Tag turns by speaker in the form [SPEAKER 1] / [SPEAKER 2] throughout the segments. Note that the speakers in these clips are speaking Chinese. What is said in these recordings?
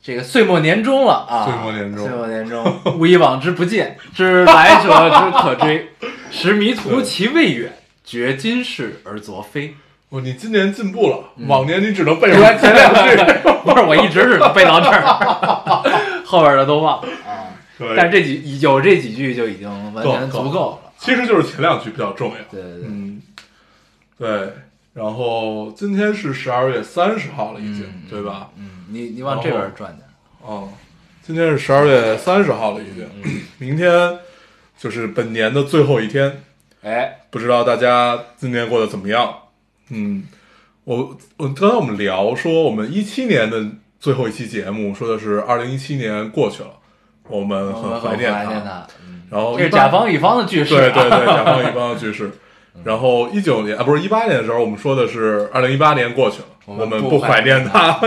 [SPEAKER 1] 这个岁末年终了啊，
[SPEAKER 2] 岁末年终
[SPEAKER 1] 岁末年终， 吾以往之不见，知来者之可 追，识迷途其未远，觉今是而昨非。
[SPEAKER 2] 哦，你今年进步了，
[SPEAKER 1] 嗯
[SPEAKER 2] 往年你只能背 出来前两句。
[SPEAKER 1] 不是，我一直是背到这儿， 后边的都忘了啊。但是这
[SPEAKER 2] 对，
[SPEAKER 1] 几有这几句就已经完全
[SPEAKER 2] 够够
[SPEAKER 1] 足够了。
[SPEAKER 2] 其实就是前两句比较重要。
[SPEAKER 1] 对对对，
[SPEAKER 2] 嗯，对。然后今天是十二月三十号了，已经、
[SPEAKER 1] 嗯
[SPEAKER 2] 对吧？
[SPEAKER 1] 嗯，你你往这边转点。
[SPEAKER 2] 哦，今天是十二月三十号了，已
[SPEAKER 1] 嗯
[SPEAKER 2] 经。明天就是本年的最后一天，
[SPEAKER 1] 哎，
[SPEAKER 2] 不知道大家今年过得怎么样？嗯，我我刚才我们聊说，我们一七年的最后一期节目说的是二零一七年过去了，我们
[SPEAKER 1] 我们
[SPEAKER 2] 很怀念
[SPEAKER 1] 怀
[SPEAKER 2] 它。
[SPEAKER 1] 念他。嗯
[SPEAKER 2] 然后
[SPEAKER 1] 这是
[SPEAKER 2] 18
[SPEAKER 1] 甲方乙方的嗯句式、啊，
[SPEAKER 2] 对对对，甲方乙方的句式。然后一九年啊，不是一八年的时候，我们说的是二零一八年过去了，
[SPEAKER 1] 我
[SPEAKER 2] 我
[SPEAKER 1] 们
[SPEAKER 2] 们
[SPEAKER 1] 不
[SPEAKER 2] 不
[SPEAKER 1] 怀
[SPEAKER 2] 怀念它。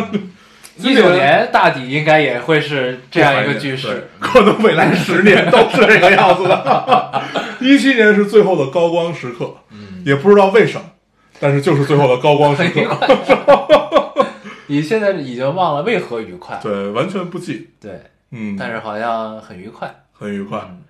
[SPEAKER 1] 一九年大抵应该也会是这样一个句式，
[SPEAKER 2] 对，可能未来十年都是这个样子的。一七年是最后的高光时刻，
[SPEAKER 1] 嗯
[SPEAKER 2] 也不知道为什么，但是就是最后的高光时 刻。
[SPEAKER 1] 你现在已经忘了为何愉快，
[SPEAKER 2] 对，完全不记，
[SPEAKER 1] 对，
[SPEAKER 2] 嗯，
[SPEAKER 1] 但是好像很愉快。
[SPEAKER 2] 很愉快。
[SPEAKER 1] 嗯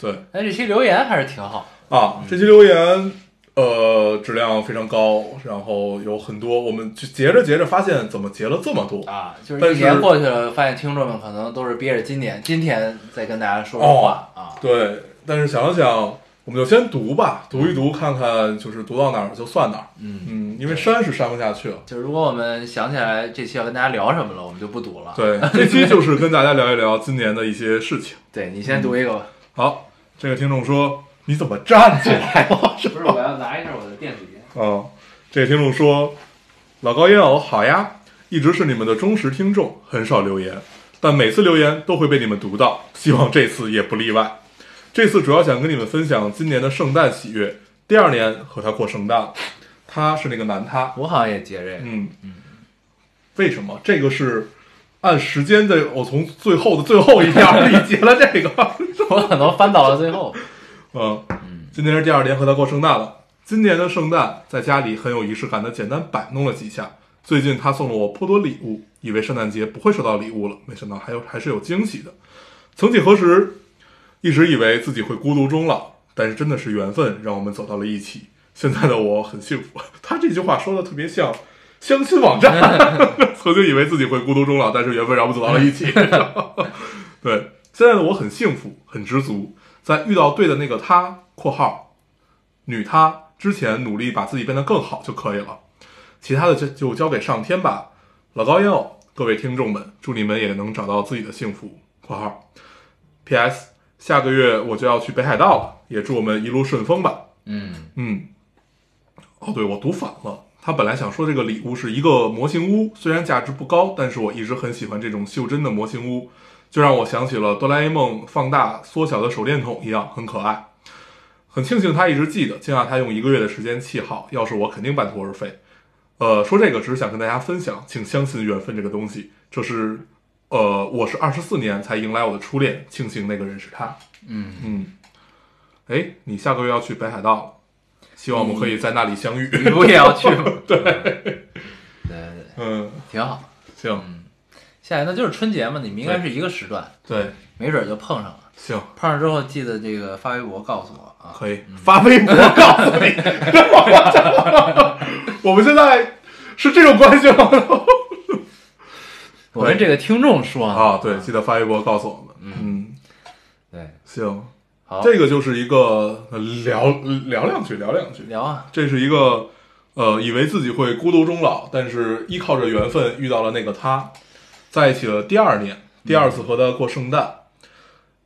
[SPEAKER 2] 对
[SPEAKER 1] 但这期留言还是挺好，
[SPEAKER 2] 啊，这期留言呃质量非常高，然后有很多，我们就截着截着发现怎么截了这么多。
[SPEAKER 1] 啊，就
[SPEAKER 2] 但
[SPEAKER 1] 是
[SPEAKER 2] 是
[SPEAKER 1] 一年过去了，发现听众们可能都是憋着今年，今天再跟大家说说话、啊。
[SPEAKER 2] 对，但是想了想，我们就先读吧，读一读看看，就是读到哪儿就算哪儿。
[SPEAKER 1] 嗯，
[SPEAKER 2] 嗯，因为删是删不下去了。
[SPEAKER 1] 就如果我们想起来这期要跟大家聊什么了，我们就不读了。
[SPEAKER 2] 对，这期就是跟大家聊一聊今年的一些事情。
[SPEAKER 1] 对，你先读一个吧。
[SPEAKER 2] 好，这个听众说：“你怎么站起来了
[SPEAKER 1] 嗯不是，我要拿一下我的电子烟。？”
[SPEAKER 2] 嗯，这个听众说：“老高烟偶好呀，一直是你们的忠实听众，很少留言，但每次留言都会被你们读到，希望这次也不例外。这次主要想跟你们分享今年的圣诞喜悦，第二年和他过圣诞了，他是那个男他，
[SPEAKER 1] 我好像也接这个，
[SPEAKER 2] 嗯，为什么？这个是按时间的，我从最后的最后一条 理解了这个。
[SPEAKER 1] 我可能翻到了最后。
[SPEAKER 2] 嗯，今年是第二年和他过圣诞了。今年的圣诞在家里很有仪式感的简单摆弄了几下。最近他送了我颇多礼物，以为圣诞节不会收到礼物了，没想到还有还是有惊喜的。曾几何时，一直以为自己会孤独终老，但是真的是缘分让我们走到了一起。现在的我很幸福。 他这句话说的特别像相亲网站， 曾经以为自己会孤独终老，但是缘分让我们走到了一起。 对，现在的我很幸福，很知足，在遇到对的那个他（括号女他）之前，努力把自己变得更好就可以了，其他的就就交给上天吧。老高烟偶，各位听众们，祝你们也能找到自己的幸福（括号 ）P.S. 下个月我就要去北海道了，也祝我们一路顺风吧。
[SPEAKER 1] 嗯，
[SPEAKER 2] 嗯，哦，对，我读反了。他本来想说这个礼物是一个模型屋，虽然价值不高，但是我一直很喜欢这种袖珍的模型屋，就让我想起了哆啦 A 梦放大缩小的手电筒一样，很可爱。很庆幸他一直记得，惊讶他用一个月的时间砌好，要是我肯定半途而废。呃，说这个只是想跟大家分享，请相信缘分这个东西。这是，呃，我是二十四年才迎来我的初恋，庆幸那个人是他。
[SPEAKER 1] 嗯
[SPEAKER 2] 嗯，哎，你下个月要去北海道了，希望我们可以在那里相遇。
[SPEAKER 1] 你不也要去吗？对，对对，
[SPEAKER 2] 嗯，
[SPEAKER 1] 挺好。
[SPEAKER 2] 行，
[SPEAKER 1] 下一个那就是春节嘛，你们应该是一个时段，
[SPEAKER 2] 对，
[SPEAKER 1] 没准就碰上了。
[SPEAKER 2] 行，
[SPEAKER 1] 碰上之后记得这个发微博告诉我啊。
[SPEAKER 2] 可以发微博告诉你。 我们现在是这种关系吗？
[SPEAKER 1] 我跟这个听众说呢
[SPEAKER 2] 啊，对，记得发微博告诉我们。嗯，
[SPEAKER 1] 对，
[SPEAKER 2] 行，
[SPEAKER 1] 好，
[SPEAKER 2] 这个就是一个呃聊聊两句，聊两句。
[SPEAKER 1] 聊 啊，
[SPEAKER 2] 这是一个呃，以为自己会孤独终老，但是依靠着缘分遇到了那个他，在一起了第二年，第二次和他过圣诞，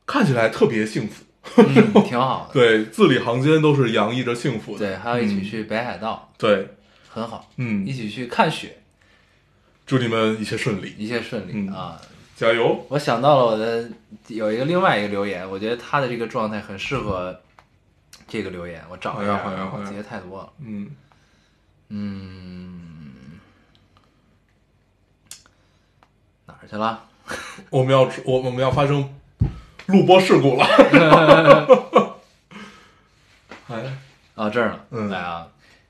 [SPEAKER 2] 看起来特别幸福，
[SPEAKER 1] 嗯，挺好的。
[SPEAKER 2] 对，字里行间都是洋溢着幸福的，
[SPEAKER 1] 对，还有一起去北海道，
[SPEAKER 2] 对，
[SPEAKER 1] 很好，一
[SPEAKER 2] 嗯，
[SPEAKER 1] 起去看雪，
[SPEAKER 2] 祝你们一切顺利，
[SPEAKER 1] 一切顺利
[SPEAKER 2] 嗯
[SPEAKER 1] 啊。
[SPEAKER 2] 加油！
[SPEAKER 1] 我想到了我的有一个另外一个留言，我觉得他的这个状态很适合这个留言，我找一下
[SPEAKER 2] 好呀好呀
[SPEAKER 1] 啊，
[SPEAKER 2] 好
[SPEAKER 1] 我
[SPEAKER 2] 呀
[SPEAKER 1] 截太多了。
[SPEAKER 2] 嗯，
[SPEAKER 1] 嗯，哪儿去了？
[SPEAKER 2] 我们要我我们要发生录播事 故了。哎，
[SPEAKER 1] 哦，这儿呢。
[SPEAKER 2] 嗯
[SPEAKER 1] 来啊，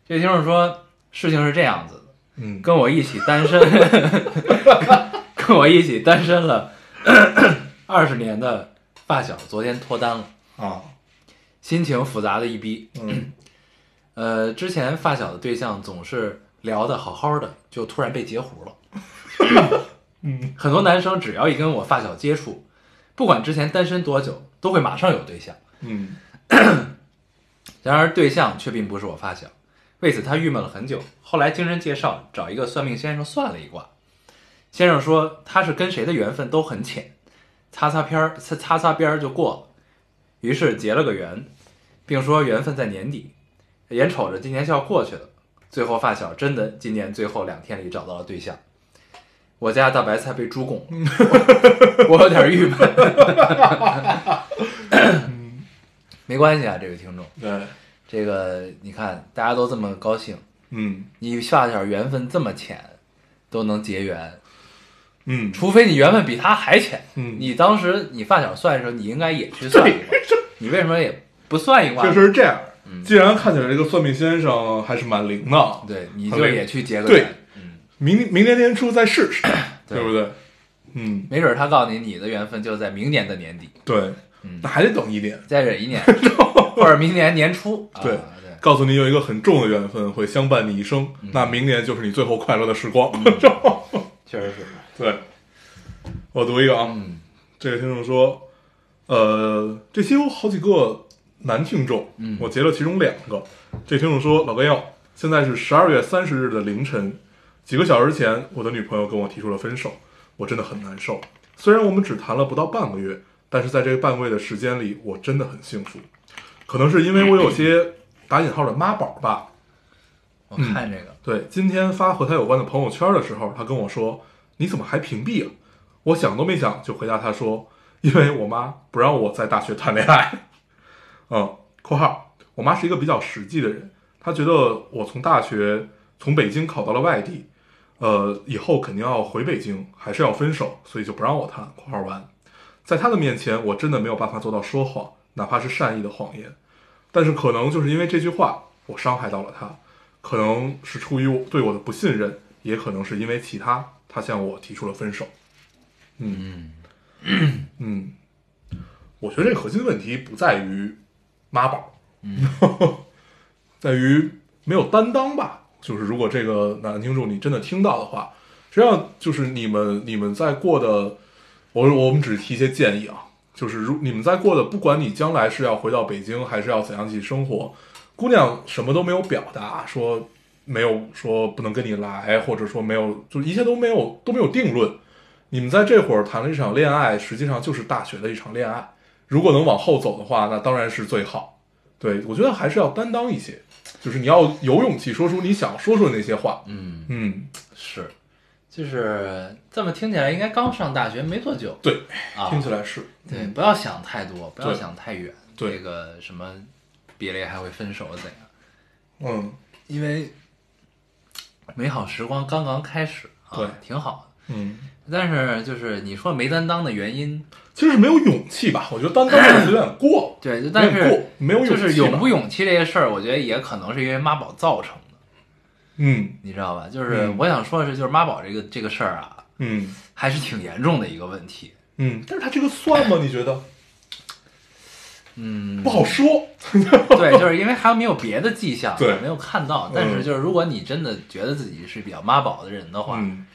[SPEAKER 1] 这位听众说事情是这样子的，
[SPEAKER 2] 嗯，
[SPEAKER 1] 跟我一起单身， 跟我一起单身了 二十年的发小，昨天脱单了，
[SPEAKER 2] 啊，
[SPEAKER 1] 心情复杂的一逼。
[SPEAKER 2] 嗯，
[SPEAKER 1] 呃，之前发小的对象总是聊得好好的，就突然被截胡了。
[SPEAKER 2] 嗯，
[SPEAKER 1] 很多男生只要一跟我发小接触，不管之前单身多久，都会马上有对象。
[SPEAKER 2] 嗯，
[SPEAKER 1] 然而对象却并不是我发小，为此他郁闷了很久。后来经人介绍，找一个算命先生算了一卦。先生说他是跟谁的缘分都很浅，擦擦边儿，擦擦擦边儿就过了。于是结了个缘，并说缘分在年底，眼瞅着今年就要过去了。最后发小真的今年最后两天里找到了对象。我家大白菜被猪拱了，我有点郁闷。 没关系啊，这位听众。
[SPEAKER 2] 对，
[SPEAKER 1] 这个你看，大家都这么高兴，
[SPEAKER 2] 嗯
[SPEAKER 1] 你发小缘分这么浅，都能结缘，
[SPEAKER 2] 嗯，
[SPEAKER 1] 除非你缘分比他还浅。
[SPEAKER 2] 嗯
[SPEAKER 1] 你当时你发小算的时候，你应该也去算一卦，你为什么也不算一卦
[SPEAKER 2] 这
[SPEAKER 1] 呢？
[SPEAKER 2] 事儿是这样。既然看起来这个算命先生还是蛮灵的，
[SPEAKER 1] 对，你
[SPEAKER 2] 很
[SPEAKER 1] 就
[SPEAKER 2] 累
[SPEAKER 1] 也去结个
[SPEAKER 2] 对
[SPEAKER 1] 缘，
[SPEAKER 2] 明明年年初再试试，
[SPEAKER 1] 对
[SPEAKER 2] 对不对？嗯，
[SPEAKER 1] 没准他告诉你你的缘分就在明年的年底，
[SPEAKER 2] 对，那还得等一年。
[SPEAKER 1] 再忍一 年，或者明年年初。啊、
[SPEAKER 2] 对
[SPEAKER 1] 对，
[SPEAKER 2] 告诉你有一个很重的缘分会相伴你一生，那明年就是你最后快乐的时光。
[SPEAKER 1] 确实是。
[SPEAKER 2] 对，我读一个啊，
[SPEAKER 1] 嗯
[SPEAKER 2] 这个听众说，呃，这期有好几个男听众，
[SPEAKER 1] 嗯
[SPEAKER 2] 我截了其中两个。这听众说，老哥要，现在是十二月三十日的凌晨，几个小时前，我的女朋友跟我提出了分手，我真的很难受。虽然我们只谈了不到半个月，但是在这半个月的时间里，我真的很幸福。可能是因为我有些打引号的妈宝吧，
[SPEAKER 1] 我
[SPEAKER 2] 嗯
[SPEAKER 1] 看这个，
[SPEAKER 2] 对，今天发和他有关的朋友圈的时候，他跟我说：“你怎么还屏蔽啊？”我想都没想就回答他说：“因为我妈不让我在大学谈恋爱。”嗯，（括号）我妈是一个比较实际的人，她觉得我从大学从北京考到了外地，呃，以后肯定要回北京，还是要分手，所以就不让我谈。（括号完）在她的面前，我真的没有办法做到说谎，哪怕是善意的谎言。但是可能就是因为这句话，我伤害到了她。可能是出于我对我的不信任，也可能是因为其他，他向我提出了分手。嗯嗯，我觉得这个核心问题不在于妈宝， 在于没有担当吧。就是如果这个男听众你真的听到的话，实际上就是你们你们在过的，我我们只是提一些建议啊，就是如你们在过的，不管你将来是要回到北京还是要怎样去生活，姑娘什么都没有表达，说没有说不能跟你来，或者说没有，就一切都没有都没有定论。你们在这会儿谈了一场恋爱，实际上就是大学的一场恋爱。如果能往后走的话，那当然是最好。对我觉得还是要担当一些，就是你要有勇气说出你想说出的那些话。
[SPEAKER 1] 嗯，
[SPEAKER 2] 嗯，
[SPEAKER 1] 是，就是这么听起来，应该刚上大学没多久
[SPEAKER 2] 对，
[SPEAKER 1] 啊，
[SPEAKER 2] 听起来是
[SPEAKER 1] 对，不要想太多，不要想太远。
[SPEAKER 2] 对
[SPEAKER 1] 这个什么别离还会分手怎样？
[SPEAKER 2] 嗯
[SPEAKER 1] 因为美好时光刚刚开始啊，
[SPEAKER 2] 对
[SPEAKER 1] 挺好
[SPEAKER 2] 嗯，
[SPEAKER 1] 的。但是就是你说没担当的原因，
[SPEAKER 2] 其实是没有勇气吧？我觉得担当这个词有点过了。
[SPEAKER 1] 对，就但
[SPEAKER 2] 有点
[SPEAKER 1] 是
[SPEAKER 2] 过没有勇气
[SPEAKER 1] 就
[SPEAKER 2] 吧
[SPEAKER 1] 是勇不勇气这些事儿，我觉得也可能是因为妈宝造成的，
[SPEAKER 2] 嗯
[SPEAKER 1] 你知道吧？就是
[SPEAKER 2] 嗯
[SPEAKER 1] 我想说的是，就是妈宝这个这个事儿啊，
[SPEAKER 2] 嗯
[SPEAKER 1] 还是挺严重的一个问题。
[SPEAKER 2] 嗯，但是他这个算吗？你觉得
[SPEAKER 1] 嗯，
[SPEAKER 2] 不好说。
[SPEAKER 1] 对，就是因为还没有别的迹象，
[SPEAKER 2] 对
[SPEAKER 1] 没有看到。但是
[SPEAKER 2] 嗯
[SPEAKER 1] 就是如果你真的觉得自己是比较妈宝的人的话，
[SPEAKER 2] 嗯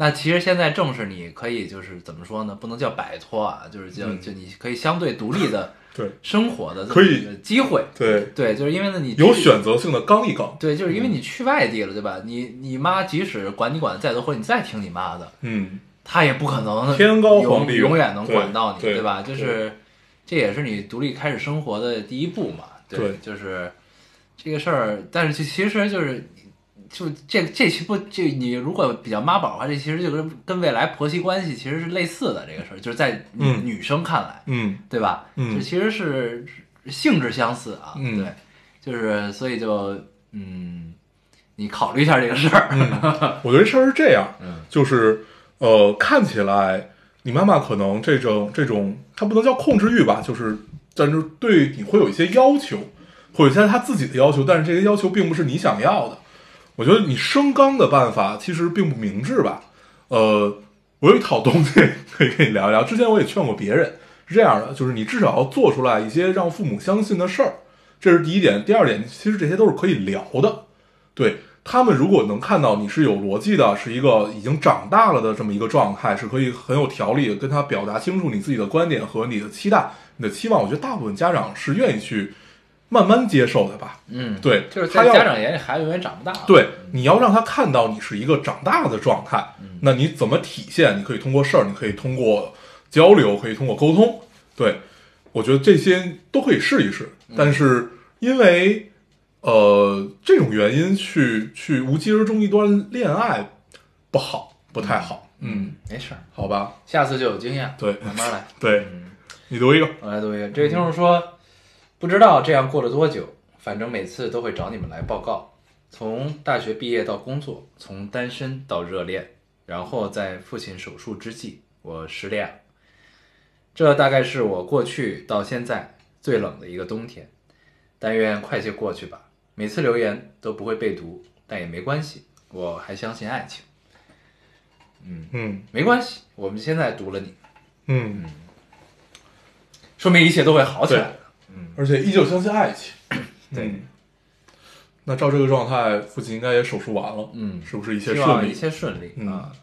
[SPEAKER 1] 那其实现在正是你可以就是怎么说呢？不能叫摆脱啊，就是叫、
[SPEAKER 2] 嗯
[SPEAKER 1] 就你可以相对独立的
[SPEAKER 2] 对
[SPEAKER 1] 生活的这么
[SPEAKER 2] 可
[SPEAKER 1] 一
[SPEAKER 2] 以
[SPEAKER 1] 个机会。
[SPEAKER 2] 对，
[SPEAKER 1] 对，就是因为呢你
[SPEAKER 2] 有
[SPEAKER 1] 去
[SPEAKER 2] 选择嗯性的刚一刚。
[SPEAKER 1] 对，就是因为你去外地了，对吧？你你妈即使管你管的再多，或者你再听你妈的，
[SPEAKER 2] 嗯，
[SPEAKER 1] 她也不可能
[SPEAKER 2] 天高
[SPEAKER 1] 永
[SPEAKER 2] 皇帝远
[SPEAKER 1] 永远能管到你，
[SPEAKER 2] 对
[SPEAKER 1] 对吧？就
[SPEAKER 2] 对
[SPEAKER 1] 是这也是你独立开始生活的第一步嘛。
[SPEAKER 2] 对
[SPEAKER 1] 就是这个事儿，但是其其实就是就这这期不就你如果比较妈宝的话，这其实就跟跟未来婆媳关系其实是类似的这个事儿，就是在女、
[SPEAKER 2] 嗯
[SPEAKER 1] 女生看来，
[SPEAKER 2] 嗯
[SPEAKER 1] 对吧？
[SPEAKER 2] 嗯
[SPEAKER 1] 这其实是性质相似啊，
[SPEAKER 2] 嗯
[SPEAKER 1] 对，就是所以就嗯，你考虑一下这个事儿，
[SPEAKER 2] 嗯我觉得事儿是这样，
[SPEAKER 1] 嗯
[SPEAKER 2] 就是呃，看起来你妈妈可能这种这种，她不能叫控制欲吧，就是但是对你会有一些要求，会有一些她自己的要求，但是这些要求并不是你想要的。我觉得你升纲的办法其实并不明智吧。呃，我有一套东西可以跟你聊一聊。之前我也劝过别人，是这样的，就是你至少要做出来一些让父母相信的事儿，这是第一点。第二点，其实这些都是可以聊的。对他们如果能看到你是有逻辑的，是一个已经长大了的这么一个状态，是可以很有条理地跟他表达清楚你自己的观点和你的期待、你的期望。我觉得大部分家长是愿意去慢慢接受的吧。
[SPEAKER 1] 嗯，
[SPEAKER 2] 对
[SPEAKER 1] 就是
[SPEAKER 2] 他
[SPEAKER 1] 在
[SPEAKER 2] 要
[SPEAKER 1] 家长眼里孩子永远长不大，，
[SPEAKER 2] 对，你要让他看到你是一个长大的状态，那你怎么体现？你可以通过事儿，你可以通过交流，可以通过沟通。对，我觉得这些都可以试一试，但是因为呃这种原因去去无疾而终一段恋爱不好，不太好。嗯，
[SPEAKER 1] 没事儿，
[SPEAKER 2] 好吧，
[SPEAKER 1] 下次就有经验，
[SPEAKER 2] 对
[SPEAKER 1] 慢慢来。
[SPEAKER 2] 对，你读一个，
[SPEAKER 1] 我来读一个，这位听众说，不知道这样过了多久，反正每次都会找你们来报告，从大学毕业到工作，从单身到热恋，然后在父亲手术之际，我失恋了。这大概是我过去到现在最冷的一个冬天，但愿快些过去吧。每次留言都不会被读，但也没关系，我还相信爱情。
[SPEAKER 2] 嗯
[SPEAKER 1] 没关系，我们现在读了你，
[SPEAKER 2] 嗯，
[SPEAKER 1] 说明一切都会好起来。
[SPEAKER 2] 而且依旧相信爱情。
[SPEAKER 1] 对
[SPEAKER 2] 嗯，那照这个状态，父亲应该也手术完了，
[SPEAKER 1] 嗯
[SPEAKER 2] 是不是一切
[SPEAKER 1] 希
[SPEAKER 2] 顺
[SPEAKER 1] 望
[SPEAKER 2] 利
[SPEAKER 1] 一？切顺利
[SPEAKER 2] 嗯
[SPEAKER 1] 啊！嗯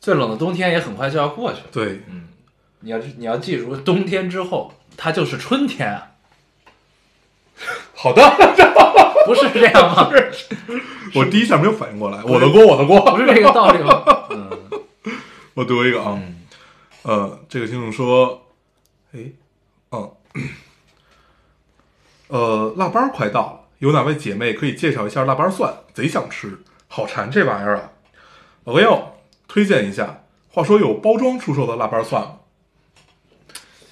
[SPEAKER 1] 最冷的冬天也很快就要过去了。
[SPEAKER 2] 对，
[SPEAKER 1] 你要你要记住，冬天之后它就是春天啊，
[SPEAKER 2] 好的，
[SPEAKER 1] 不是这样吗？
[SPEAKER 2] 我第一下没有反应过来，我的锅，我的
[SPEAKER 1] 不
[SPEAKER 2] 锅，
[SPEAKER 1] 是这个道理吗？嗯
[SPEAKER 2] 我读一个啊，呃，这个听众说，哎，嗯，呃，腊八儿快到了，有哪位姐妹可以介绍一下腊八蒜？贼想吃，好馋这玩意儿啊！老哥要推荐一下，话说有包装出售的腊八蒜吗？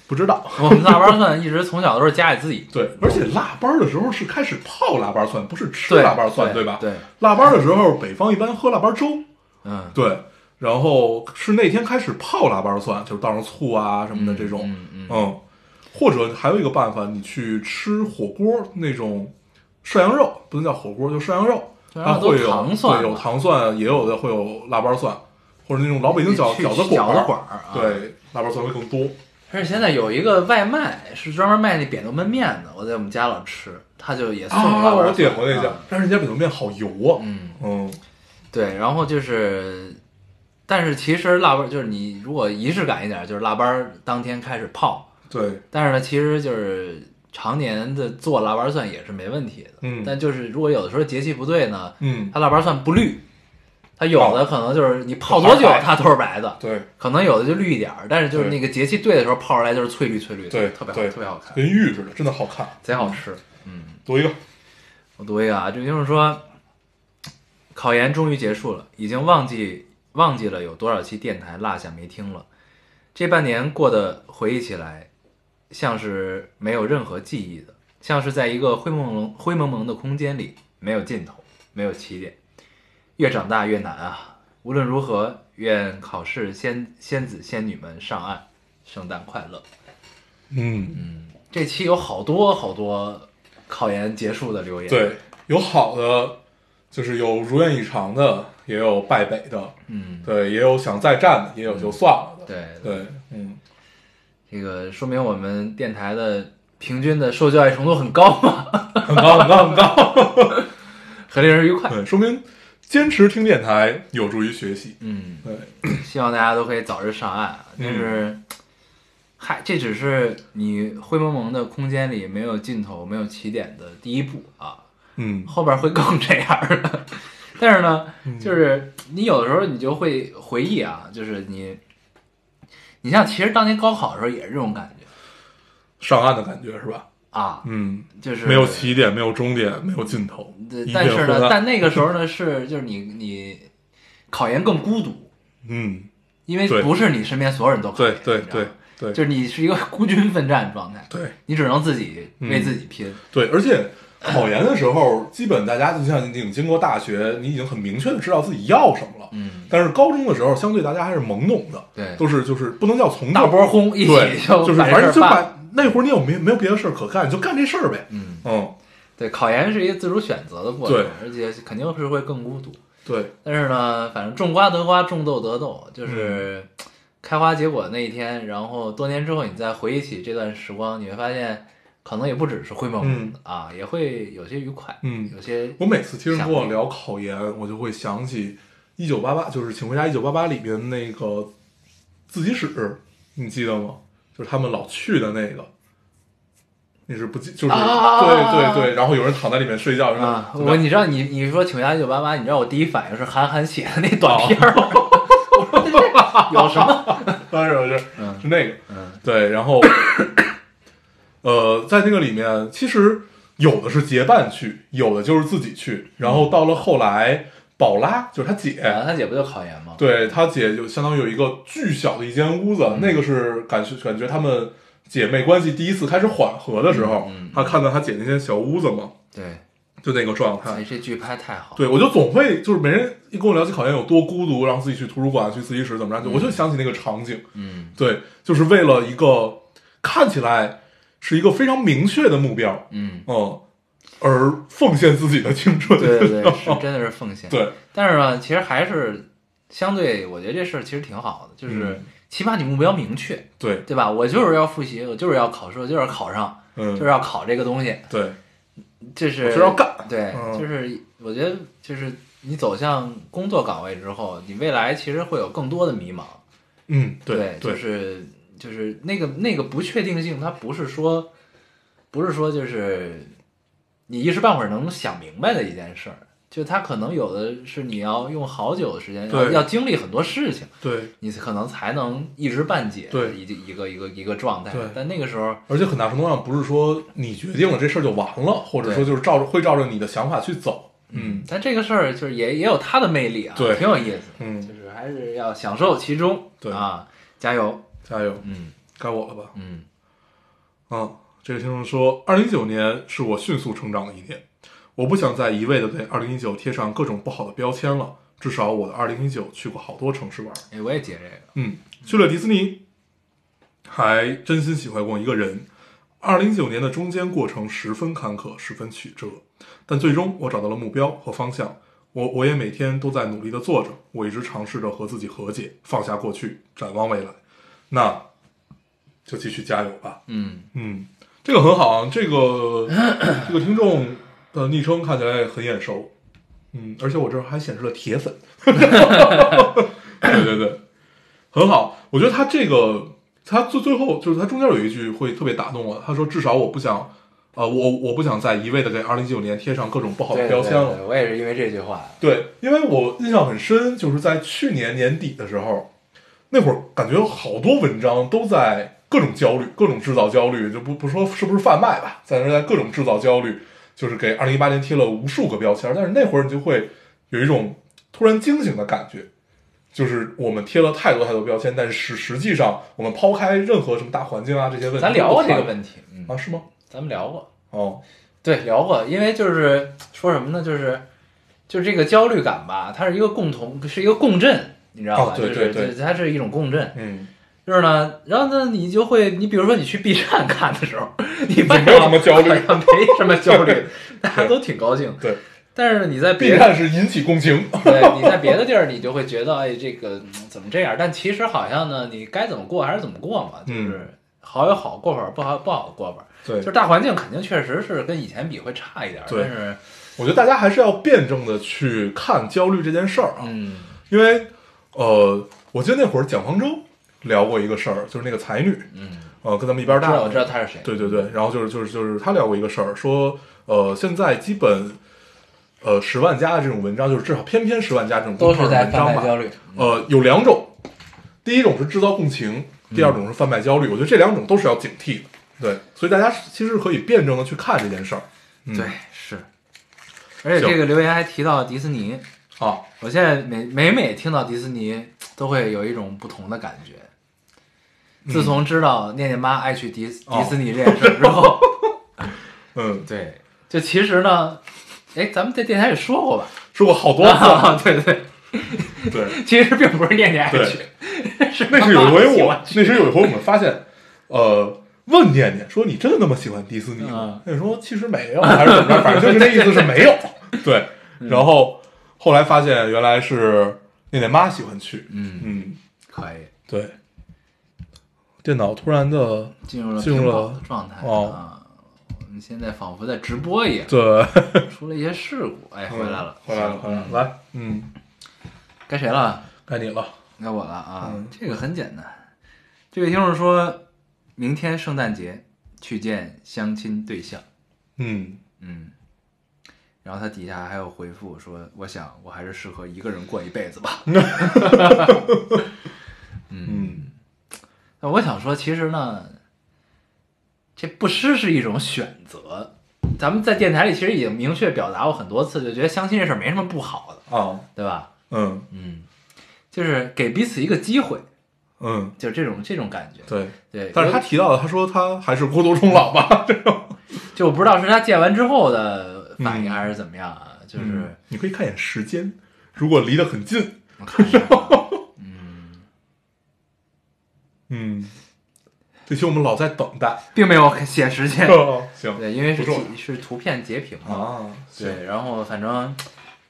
[SPEAKER 2] 不知道，
[SPEAKER 1] 我们腊八蒜一直从小都是家里自己
[SPEAKER 2] 对，而且腊八儿的时候是开始泡腊八蒜，不是吃
[SPEAKER 1] 对
[SPEAKER 2] 腊八蒜，
[SPEAKER 1] 对
[SPEAKER 2] 吧？
[SPEAKER 1] 对，
[SPEAKER 2] 腊八儿的时候，北方一般喝腊八粥，
[SPEAKER 1] 嗯
[SPEAKER 2] 对，然后是那天开始泡腊八蒜，就是倒上醋啊什么的
[SPEAKER 1] 嗯
[SPEAKER 2] 这种，
[SPEAKER 1] 嗯嗯
[SPEAKER 2] 或者还有一个办法，你去吃火锅那种涮羊肉，不能叫火锅，就涮羊肉，
[SPEAKER 1] 涮
[SPEAKER 2] 它
[SPEAKER 1] 羊肉
[SPEAKER 2] 会
[SPEAKER 1] 都
[SPEAKER 2] 有
[SPEAKER 1] 糖蒜
[SPEAKER 2] 对，有
[SPEAKER 1] 嘛
[SPEAKER 2] 糖蒜，也有的会有腊八蒜，或者那种老北京饺
[SPEAKER 1] 去
[SPEAKER 2] 饺子
[SPEAKER 1] 去饺子
[SPEAKER 2] 馆
[SPEAKER 1] 馆
[SPEAKER 2] 儿
[SPEAKER 1] 儿啊
[SPEAKER 2] 对，腊八蒜会更多。
[SPEAKER 1] 而且现在有一个外卖是专门卖那扁豆焖面的，我在我们家老吃，他就也送腊八
[SPEAKER 2] 啊，
[SPEAKER 1] 蒜
[SPEAKER 2] 我点过那家
[SPEAKER 1] 啊，
[SPEAKER 2] 但是人家扁豆面好油啊，
[SPEAKER 1] 嗯。
[SPEAKER 2] 嗯
[SPEAKER 1] 对，然后就是，但是其实腊八儿就是你如果仪式感一点，就是腊八儿当天开始泡，
[SPEAKER 2] 对，
[SPEAKER 1] 但是呢，其实就是常年的做腊八儿蒜也是没问题的，
[SPEAKER 2] 嗯
[SPEAKER 1] 但就是如果有的时候节气不对呢，
[SPEAKER 2] 嗯，
[SPEAKER 1] 它腊八儿蒜不绿，它有的可能就是你泡多久
[SPEAKER 2] 白白
[SPEAKER 1] 它都是白的，
[SPEAKER 2] 对，
[SPEAKER 1] 可能有的就绿一点儿，但是就是
[SPEAKER 2] 对
[SPEAKER 1] 那个节气对的时候泡出来就是翠绿翠绿的，
[SPEAKER 2] 对，
[SPEAKER 1] 特别好，
[SPEAKER 2] 对
[SPEAKER 1] 特别好看，
[SPEAKER 2] 跟玉似的，真的好看。
[SPEAKER 1] 贼好吃。
[SPEAKER 2] 读一个，
[SPEAKER 1] 我读一个啊，这就是说，考研终于结束了，已经忘记忘记了有多少期电台落下没听了。这半年过得回忆起来，像是没有任何记忆的，像是在一个灰蒙蒙灰蒙蒙的空间里，没有尽头，没有起点。越长大越难啊！无论如何，愿考试仙仙子仙女们上岸，圣诞快乐！
[SPEAKER 2] 嗯，
[SPEAKER 1] 这期有好多好多考研结束的留言，
[SPEAKER 2] 对，有好的，就是有如愿以偿的，也有败北的，
[SPEAKER 1] 嗯，
[SPEAKER 2] 对，也有想再战的，也有就算了的，
[SPEAKER 1] 对
[SPEAKER 2] 对，嗯，
[SPEAKER 1] 这个说明我们电台的平均的受教育程度很高嘛，
[SPEAKER 2] 很高很高很高，
[SPEAKER 1] 很令人愉快。
[SPEAKER 2] 对，说明坚持听电台有助于学习，
[SPEAKER 1] 嗯，
[SPEAKER 2] 对，
[SPEAKER 1] 希望大家都可以早日上岸啊。但是，
[SPEAKER 2] 嗯
[SPEAKER 1] 嗨，这只是你灰蒙蒙的空间里没有尽头、没有起点的第一步啊，
[SPEAKER 2] 嗯，
[SPEAKER 1] 后边会更这样的。但是呢，就是你有的时候你就会回忆啊，就是你，你像其实当年高考的时候也是这种感觉
[SPEAKER 2] 上岸的感觉是吧？
[SPEAKER 1] 啊，
[SPEAKER 2] 嗯，
[SPEAKER 1] 就是
[SPEAKER 2] 没有起点，没有终点，没有尽头
[SPEAKER 1] 对，
[SPEAKER 2] 一
[SPEAKER 1] 但
[SPEAKER 2] 片
[SPEAKER 1] 是
[SPEAKER 2] 昏
[SPEAKER 1] 呢，
[SPEAKER 2] 暗
[SPEAKER 1] 但那个时候呢是就是你你考研更孤独，
[SPEAKER 2] 嗯，
[SPEAKER 1] 因为
[SPEAKER 2] 对
[SPEAKER 1] 不是你身边所有人都考
[SPEAKER 2] 对
[SPEAKER 1] 研，
[SPEAKER 2] 对
[SPEAKER 1] 你知道
[SPEAKER 2] 对
[SPEAKER 1] 吗
[SPEAKER 2] 对，
[SPEAKER 1] 就是啊你是一个孤军奋战状态，
[SPEAKER 2] 对
[SPEAKER 1] 你只能自己为
[SPEAKER 2] 嗯
[SPEAKER 1] 自己拼，
[SPEAKER 2] 对，而且考研的时候，基本大家就像你已经经过大学，你已经很明确的知道自己要什么了。
[SPEAKER 1] 嗯，
[SPEAKER 2] 但是高中的时候，相对大家还是懵懂的，
[SPEAKER 1] 对
[SPEAKER 2] 都是就是不能叫从
[SPEAKER 1] 大
[SPEAKER 2] 众
[SPEAKER 1] 波轰一
[SPEAKER 2] 对，
[SPEAKER 1] 起
[SPEAKER 2] 就
[SPEAKER 1] 就是把
[SPEAKER 2] 反
[SPEAKER 1] 这
[SPEAKER 2] 正
[SPEAKER 1] 事
[SPEAKER 2] 就
[SPEAKER 1] 儿办了，
[SPEAKER 2] 把那会儿你有没没有别的事儿可干，你就干这事儿呗。
[SPEAKER 1] 嗯，
[SPEAKER 2] 嗯，
[SPEAKER 1] 对，考研是一个自主选择的过程
[SPEAKER 2] 对，
[SPEAKER 1] 而且肯定是会更孤独，
[SPEAKER 2] 对，
[SPEAKER 1] 但是呢，反正种瓜得瓜，种豆得豆，就是
[SPEAKER 2] 嗯
[SPEAKER 1] 开花结果那一天，然后多年之后你再回忆起这段时光，你会发现，可能也不只是灰蒙蒙的、啊，也会有些愉快，
[SPEAKER 2] 嗯
[SPEAKER 1] 有些
[SPEAKER 2] 我每次听人跟我聊考研，我就会想起一九八八，就是《请回答一九八八》里边那个自习室，你记得吗？就是他们老去的那个。你是不记，就是、
[SPEAKER 1] 啊
[SPEAKER 2] 对对对，然后有人躺在里面睡觉，然后
[SPEAKER 1] 啊，
[SPEAKER 2] 怎么
[SPEAKER 1] 我
[SPEAKER 2] 样
[SPEAKER 1] 你知道你你说请假一九八八，你知道我第一反应是韩寒写的那短片儿吗？我 说 这有什么？
[SPEAKER 2] 当然是
[SPEAKER 1] 嗯
[SPEAKER 2] 是那个，
[SPEAKER 1] 嗯
[SPEAKER 2] 对，然后呃，在那个里面，其实有的是结伴去，有的就是自己去，然后到了后来，宝拉就是她姐，
[SPEAKER 1] 啊然后他姐不就考研吗？
[SPEAKER 2] 对她姐就相当于有一个巨小的一间屋子，
[SPEAKER 1] 嗯
[SPEAKER 2] 那个是感觉感觉她们姐妹关系第一次开始缓和的时候，
[SPEAKER 1] 嗯嗯
[SPEAKER 2] 她看到她姐那间小屋子嘛，
[SPEAKER 1] 对，
[SPEAKER 2] 就那个状
[SPEAKER 1] 哎，
[SPEAKER 2] 态。
[SPEAKER 1] 这剧拍太好了。
[SPEAKER 2] 对，我就总会就是没人一跟我聊起考研有多孤独，然后自己去图书馆、去自习室怎么着，就我就想起那个场景，
[SPEAKER 1] 嗯，
[SPEAKER 2] 对，就是为了一个看起来是一个非常明确的目标，
[SPEAKER 1] 嗯，
[SPEAKER 2] 嗯，而奉献自己的青春，
[SPEAKER 1] 对对 对，是真的是奉献。
[SPEAKER 2] 对
[SPEAKER 1] 但是呢，其实还是相对，我觉得这事儿其实挺好的，就是
[SPEAKER 2] 嗯
[SPEAKER 1] 起码你目标明确，
[SPEAKER 2] 对，
[SPEAKER 1] 对吧？我就是要复习，我就是要考试，我就是要考上，
[SPEAKER 2] 嗯，
[SPEAKER 1] 就是要考这个东西，
[SPEAKER 2] 对，
[SPEAKER 1] 这
[SPEAKER 2] 我
[SPEAKER 1] 是
[SPEAKER 2] 就是要干，
[SPEAKER 1] 对，
[SPEAKER 2] 嗯
[SPEAKER 1] 就是我觉得就是你走向工作岗位之后，你未来其实会有更多的迷茫，
[SPEAKER 2] 嗯，
[SPEAKER 1] 对，就
[SPEAKER 2] 对，
[SPEAKER 1] 是就是那个那个不确定性，它不是说不是说就是你一时半会儿能想明白的一件事儿，就它可能有的是你要用好久的时间，要
[SPEAKER 2] 对
[SPEAKER 1] 要经历很多事情，
[SPEAKER 2] 对，
[SPEAKER 1] 你可能才能一知半解，
[SPEAKER 2] 对
[SPEAKER 1] 一一个一个一个状态
[SPEAKER 2] 对。
[SPEAKER 1] 但那个时候，
[SPEAKER 2] 而且很大程度上不是说你决定了这事儿就完了，或者
[SPEAKER 1] 对
[SPEAKER 2] 说就是照着会照着你的想法去走，嗯
[SPEAKER 1] 但这个事儿就是也也有它的魅力啊，
[SPEAKER 2] 对
[SPEAKER 1] 挺有意思的，就
[SPEAKER 2] 嗯，
[SPEAKER 1] 是还是要享受其中，
[SPEAKER 2] 对
[SPEAKER 1] 啊，加油，
[SPEAKER 2] 加油，
[SPEAKER 1] 嗯
[SPEAKER 2] 该我了吧？
[SPEAKER 1] 嗯
[SPEAKER 2] 嗯，这个听众说，二零一九年是我迅速成长的一年，我不想再一味的对二零一九贴上各种不好的标签了。至少我的二零一九去过好多城市玩，
[SPEAKER 1] 哎，我也接这个，
[SPEAKER 2] 嗯，去了迪士尼，还真心喜欢过一个人。二零一九年的中间过程十分坎坷，十分曲折，但最终我找到了目标和方向。我我也每天都在努力的做着，我一直尝试着和自己和解，放下过去，展望未来。那就继续加油吧。
[SPEAKER 1] 嗯，
[SPEAKER 2] 嗯，这个很好啊，这个这个听众的昵称看起来也很眼熟，嗯，而且我这儿还显示了铁粉，对对对，很好，我觉得他这个他最最后就是他中间有一句会特别打动我，他说至少我不想，啊、我我不想再一味的给二零一九年贴上各种不好
[SPEAKER 1] 嗯对
[SPEAKER 2] 的标签了，
[SPEAKER 1] 对对我也是因为这句话，
[SPEAKER 2] 对，因为我印象很深，就是在去年年底的时候，那会儿感觉有好多文章都在各种焦虑，各种制造焦虑，就不不说是不是贩卖吧，在那在各种制造焦虑，就是给二零一八年贴了无数个标签儿。但是那会儿你就会有一种突然惊醒的感觉，就是我们贴了太多太多标签，但是实实际上我们抛开任何什么大环境啊这些问题，
[SPEAKER 1] 咱聊过这个问题，嗯
[SPEAKER 2] 题，啊？是吗？
[SPEAKER 1] 咱们聊过，
[SPEAKER 2] 哦，
[SPEAKER 1] 对，聊过，因为就是说什么呢，就是就是这个焦虑感吧，它是一个共同，是一个共振，你知道吧？
[SPEAKER 2] 哦对
[SPEAKER 1] 就是
[SPEAKER 2] 对对
[SPEAKER 1] 就是它是一种共振，
[SPEAKER 2] 嗯，
[SPEAKER 1] 就是呢，然后呢，你就会，你比如说你去 B 站看的时候，你发现
[SPEAKER 2] 没有什么焦虑
[SPEAKER 1] 好像没什么焦虑，大家都挺高兴，
[SPEAKER 2] 对。
[SPEAKER 1] 但是你在
[SPEAKER 2] 必
[SPEAKER 1] 别的
[SPEAKER 2] 然是引起共情，
[SPEAKER 1] 对，你在别的地儿你就会觉得，哎，这个嗯怎么这样？但其实好像呢，你该怎么过还是怎么过嘛，
[SPEAKER 2] 嗯
[SPEAKER 1] 就是好有好过法，不好不好过法。
[SPEAKER 2] 对
[SPEAKER 1] 就是大环境肯定确实是跟以前比会差一点儿，
[SPEAKER 2] 对
[SPEAKER 1] 但是
[SPEAKER 2] 我觉得大家还是要辩证的去看焦虑这件事儿啊，
[SPEAKER 1] 嗯
[SPEAKER 2] 因为呃，我记得那会儿蒋方舟聊过一个事儿，就是那个才女，
[SPEAKER 1] 嗯，
[SPEAKER 2] 呃，跟咱们一边儿
[SPEAKER 1] 知
[SPEAKER 2] 大
[SPEAKER 1] 道
[SPEAKER 2] 的，
[SPEAKER 1] 我知道他是谁，
[SPEAKER 2] 对对对，然后就是就是就是他聊过一个事儿，说呃，现在基本呃十万加的这种文章，就是至少偏偏十万加这种
[SPEAKER 1] 都
[SPEAKER 2] 公
[SPEAKER 1] 是
[SPEAKER 2] 众号
[SPEAKER 1] 在
[SPEAKER 2] 文
[SPEAKER 1] 贩卖
[SPEAKER 2] 章
[SPEAKER 1] 焦
[SPEAKER 2] 吧，
[SPEAKER 1] 虑，
[SPEAKER 2] 呃，有两
[SPEAKER 1] 嗯
[SPEAKER 2] 种，第一种是制造共情，第二种是贩卖焦虑，我觉得这两种都是要警惕的。对，所以大家是其实是可以辩证的去看这件事儿。嗯、
[SPEAKER 1] 对，是。而且这个留言还提到迪士尼，
[SPEAKER 2] 啊，
[SPEAKER 1] 我现在每每每听到迪士尼，都会有一种不同的感觉。自从知道念念妈爱去迪斯、
[SPEAKER 2] 嗯哦
[SPEAKER 1] 迪士尼这件事儿之 后，
[SPEAKER 2] 嗯，
[SPEAKER 1] 对，就其实呢，哎，咱们在电台里说过吧？
[SPEAKER 2] 说过好多 次，
[SPEAKER 1] 啊，对对，
[SPEAKER 2] 对，
[SPEAKER 1] 其实并不是念念爱去，是
[SPEAKER 2] 那是有
[SPEAKER 1] 妈妈
[SPEAKER 2] 一回
[SPEAKER 1] 喜
[SPEAKER 2] 我
[SPEAKER 1] 欢，
[SPEAKER 2] 那是有一回我们发现，呃，问念念说你真的那么喜欢迪士尼
[SPEAKER 1] 嗯
[SPEAKER 2] 吗？念念说其实没有，还是怎么着，反正就是那意思是没有。 对，
[SPEAKER 1] 嗯
[SPEAKER 2] 然后后来发现原来是念念妈喜欢去，
[SPEAKER 1] 嗯，
[SPEAKER 2] 嗯，
[SPEAKER 1] 可以
[SPEAKER 2] 对。电脑突然的，
[SPEAKER 1] 进入了
[SPEAKER 2] 进入
[SPEAKER 1] 屏
[SPEAKER 2] 了
[SPEAKER 1] 保的状态
[SPEAKER 2] 哦
[SPEAKER 1] 啊。我们现在仿佛在直播 一样，
[SPEAKER 2] 对，
[SPEAKER 1] 出了一些事故，哎，回来 了，
[SPEAKER 2] 嗯回来了，
[SPEAKER 1] 行
[SPEAKER 2] 回来了，
[SPEAKER 1] 嗯
[SPEAKER 2] 来，嗯，
[SPEAKER 1] 该谁了？
[SPEAKER 2] 该你了，
[SPEAKER 1] 该我了啊，
[SPEAKER 2] 嗯
[SPEAKER 1] 这个很简单。这位听众说，明天圣诞节去见相亲对象，
[SPEAKER 2] 嗯，
[SPEAKER 1] 嗯，然后他底下还有回复说，我想我还是适合一个人过一辈子 吧。
[SPEAKER 2] 嗯，
[SPEAKER 1] 那我想说，其实呢，这不失是一种选择。咱们在电台里其实已经明确表达过很多次，就觉得相亲这事儿没什么不好的，
[SPEAKER 2] 啊，
[SPEAKER 1] 对吧？
[SPEAKER 2] 嗯，
[SPEAKER 1] 嗯，就是给彼此一个机会，
[SPEAKER 2] 嗯，
[SPEAKER 1] 就这种这种感觉。
[SPEAKER 2] 对。
[SPEAKER 1] 对，
[SPEAKER 2] 但是他提到了，他说他还是孤独终老吧，
[SPEAKER 1] 就我不知道是他见完之后的反应
[SPEAKER 2] 嗯
[SPEAKER 1] 还是怎么样啊，就
[SPEAKER 2] 就是嗯你可以看一眼时间，如果离得很近，
[SPEAKER 1] 我看一下 啊
[SPEAKER 2] 嗯，这期我们老在等 待，
[SPEAKER 1] 并没有写时间，
[SPEAKER 2] 哦行
[SPEAKER 1] 对，因为是
[SPEAKER 2] 不重
[SPEAKER 1] 体是图片截屏
[SPEAKER 2] 要
[SPEAKER 1] 嘛，
[SPEAKER 2] 啊，行，
[SPEAKER 1] 对，然后反正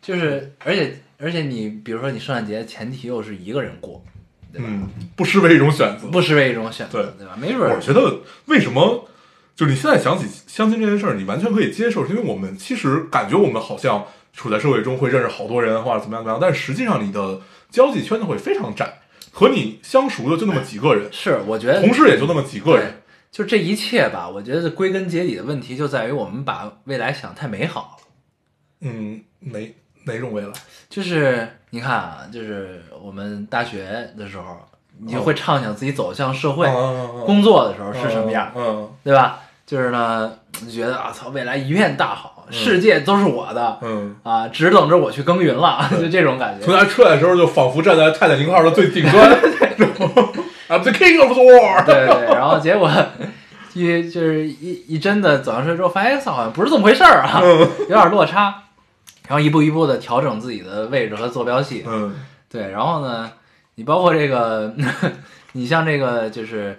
[SPEAKER 1] 就是，而且而且你比如说你圣诞节前提又是一个人过，对吧？
[SPEAKER 2] 嗯，不失为一种选择。
[SPEAKER 1] 不失为一种选择，
[SPEAKER 2] 对
[SPEAKER 1] 对吧？没准
[SPEAKER 2] 我
[SPEAKER 1] 儿
[SPEAKER 2] 觉得为什么就是你现在想起相亲这件事儿，你完全可以接受，是因为我们其实感觉我们好像处在社会中会认识好多人或者怎么样怎么样，但实际上你的交际圈子会非常窄，和你相熟的就那么几个人，
[SPEAKER 1] 是，我觉得
[SPEAKER 2] 同事也就那么几个
[SPEAKER 1] 对
[SPEAKER 2] 人，，
[SPEAKER 1] 就这一切吧，我觉得归根结底的问题就在于我们把未来想太美好了。
[SPEAKER 2] 嗯，哪哪种未来？
[SPEAKER 1] 就是你看啊，就是我们大学的时候，你就会畅想自己走向社会、
[SPEAKER 2] 工
[SPEAKER 1] 工作的时候是什么样，
[SPEAKER 2] 啊嗯
[SPEAKER 1] 对吧？就是呢，就觉得啊操，未来一片大好，世界都是我的、
[SPEAKER 2] 嗯，
[SPEAKER 1] 啊，只等着我去耕耘了， 就这种感
[SPEAKER 2] 从
[SPEAKER 1] 觉。
[SPEAKER 2] 那出来的时候，就仿佛站在泰坦尼克号的最顶端 ，I'm the king of the world。
[SPEAKER 1] 对对，然后结果 一就是一一真的走上社会之后，发现哎操，好像不是这么回事儿啊，有点落差，然后一步一步的调整自己的位置和坐标系，
[SPEAKER 2] 嗯
[SPEAKER 1] 对，然后呢，你包括这个， 你像这个就是，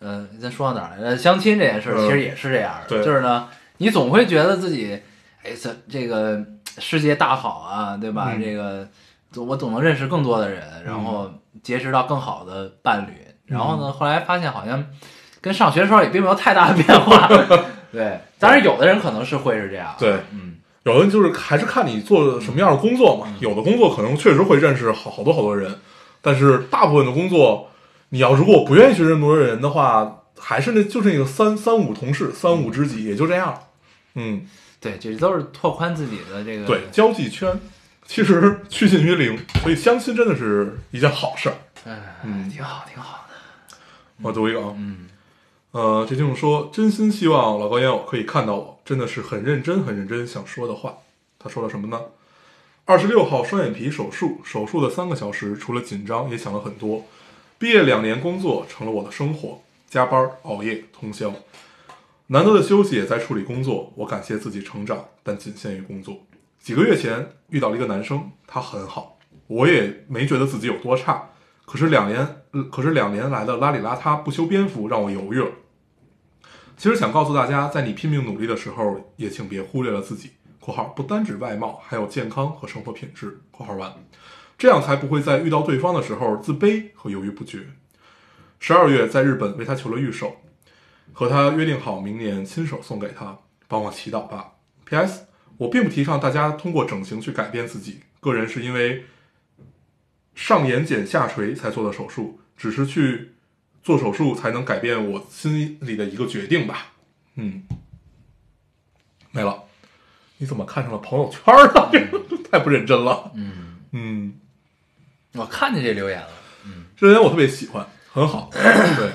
[SPEAKER 1] 呃，咱说到哪儿来着？相亲这件事儿
[SPEAKER 2] 嗯
[SPEAKER 1] 其实也是这样的，
[SPEAKER 2] 对
[SPEAKER 1] 就是呢，你总会觉得自己，哎，这这个世界大好啊，对吧？
[SPEAKER 2] 嗯
[SPEAKER 1] 这个总我总能认识更多的人，然后结识到更好的伴侣。然后
[SPEAKER 2] 嗯
[SPEAKER 1] 呢，后来发现好像跟上学的时候也并没有太大的变 化。对，当然有的人可能是会是这样，，
[SPEAKER 2] 对，
[SPEAKER 1] 嗯，
[SPEAKER 2] 有的就是还是看你做什么样的工作嘛。有的工作可能确实会认识好好多好多人，但是大部分的工作，你要如果不愿意去认识多人的话，还是那就是那个三三五同事、三五知己，也就这样。嗯，
[SPEAKER 1] 对，这都是拓宽自己的这个
[SPEAKER 2] 对，交际圈其实趋近于零，所以相亲真的是一件好事儿。
[SPEAKER 1] 哎，
[SPEAKER 2] 嗯
[SPEAKER 1] 挺好，挺好的，
[SPEAKER 2] 我读一个啊，
[SPEAKER 1] 嗯。
[SPEAKER 2] 呃，这听众说，真心希望老高烟友可以看到我，真的是很认真、很认真想说的话。他说了什么呢？二十六号双眼皮手术，手术的三个小时，除了紧张，也想了很多。毕业两年，工作成了我的生活，加班、熬夜、通宵，难得的休息也在处理工作。我感谢自己成长，但仅限于工作。几个月前遇到了一个男生，他很好，我也没觉得自己有多差。可是两年，呃可是两年来的邋里邋遢、不修边幅，让我犹豫了。其实想告诉大家，在你拼命努力的时候，也请别忽略了自己（括号不单指外貌，还有健康和生活品质）（括号完），这样才不会在遇到对方的时候自卑和犹豫不决。十二月在日本为他求了御守，和他约定好明年亲手送给他，帮我祈祷吧。P.S. 我并不提倡大家通过整形去改变自己，个人是因为上眼睑下垂才做的手术，只是去做手术才能改变我心里的一个决定吧。嗯，没了。你怎么看上了朋友圈了？ 这个太不认真了。
[SPEAKER 1] 嗯
[SPEAKER 2] 嗯，，
[SPEAKER 1] 我看见这留言了，
[SPEAKER 2] 这人我特别喜欢，很好。对，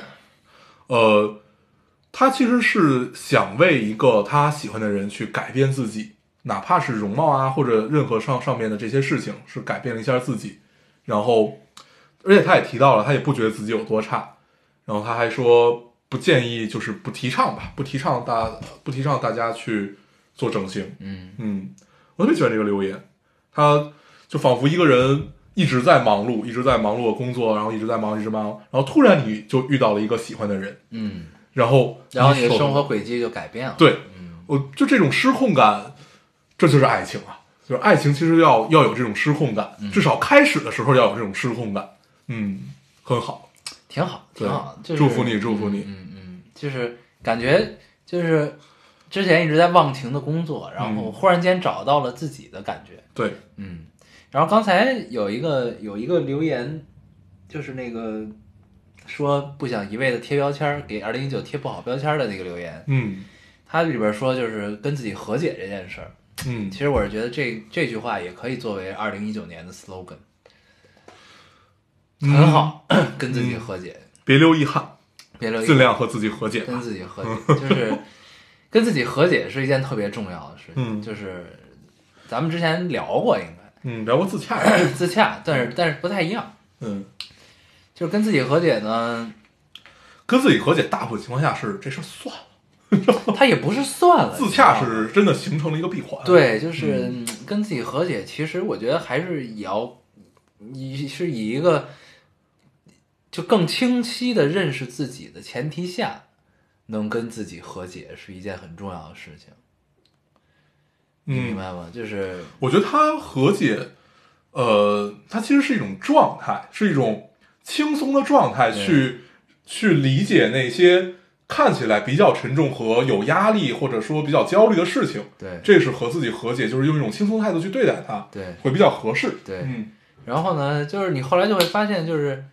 [SPEAKER 2] 呃，他其实是想为一个他喜欢的人去改变自己，哪怕是容貌啊，或者任何上上面的这些事情，是改变了一下自己。然后，而且他也提到了，他也不觉得自己有多差。然后他还说，不建议就是不提倡吧，不提倡大不提倡大家去做整形。
[SPEAKER 1] 嗯
[SPEAKER 2] 嗯，我特别喜欢这个留言，他就仿佛一个人一直在忙碌，一直在忙碌的工作，然后一直在忙，一直忙，然后突然你就遇到了一个喜欢的人，
[SPEAKER 1] 嗯，
[SPEAKER 2] 然后
[SPEAKER 1] 然后你的
[SPEAKER 2] 受
[SPEAKER 1] 生活嗯轨迹就改变了。，
[SPEAKER 2] 对，我就这种失控感，这就是爱情啊！就是爱情其实要要有这种失控感，
[SPEAKER 1] 嗯
[SPEAKER 2] 至少开始的时候要有这种失控感。嗯，很好，
[SPEAKER 1] 挺好，
[SPEAKER 2] 对
[SPEAKER 1] 挺好，就是
[SPEAKER 2] 祝福你，祝福你。
[SPEAKER 1] 嗯嗯，就是感觉就是之前一直在忘情的工作，然
[SPEAKER 2] 嗯
[SPEAKER 1] 后忽然间找到了自己的感觉。
[SPEAKER 2] 对，
[SPEAKER 1] 嗯，然后刚才有一个有一个留言，就是那个说不想一味的贴标签儿，给二零一九贴不好标签儿的那个留言，
[SPEAKER 2] 嗯
[SPEAKER 1] 它里边说就是跟自己和解这件事儿。
[SPEAKER 2] 嗯
[SPEAKER 1] 其，实我是觉得这这句话也可以作为二零一九年的 slogan，
[SPEAKER 2] 嗯
[SPEAKER 1] 很，好， 跟自己和解，
[SPEAKER 2] 别留遗憾，
[SPEAKER 1] 别留遗
[SPEAKER 2] 尽
[SPEAKER 1] 憾
[SPEAKER 2] 量和自己和解
[SPEAKER 1] 跟
[SPEAKER 2] 吧。
[SPEAKER 1] 自己和解， 就是跟自己和解是一件特别重要的事情。
[SPEAKER 2] 嗯
[SPEAKER 1] 就是咱们之前聊过，应该
[SPEAKER 2] 嗯，聊过自洽呀。
[SPEAKER 1] 自洽，但是但是不太一样。
[SPEAKER 2] 嗯，
[SPEAKER 1] 就是跟自己和解呢，
[SPEAKER 2] 跟自己和解，大部分情况下是这事儿算了。
[SPEAKER 1] 它也不是算了，
[SPEAKER 2] 自
[SPEAKER 1] 你
[SPEAKER 2] 洽
[SPEAKER 1] 知道吗
[SPEAKER 2] 是真的形成了一个闭环。，
[SPEAKER 1] 对，就是嗯跟自己和解。其实我觉得还是也要以是以一个就更清晰的认识自己的前提下，能跟自己和解是一件很重要的事情。你明
[SPEAKER 2] 嗯，
[SPEAKER 1] 白吗？就是
[SPEAKER 2] 我觉得它和解，呃，它其实是一种状态，是一种轻松的状态
[SPEAKER 1] 对
[SPEAKER 2] 去去理解那些看起来比较沉重和有压力，或者说比较焦虑的事情。
[SPEAKER 1] 对
[SPEAKER 2] 这是和自己和解，就是用一种轻松态度去对待它，
[SPEAKER 1] 对。
[SPEAKER 2] 会比较合适。
[SPEAKER 1] 对
[SPEAKER 2] 嗯
[SPEAKER 1] 然后呢，就是你后来就会发现，就是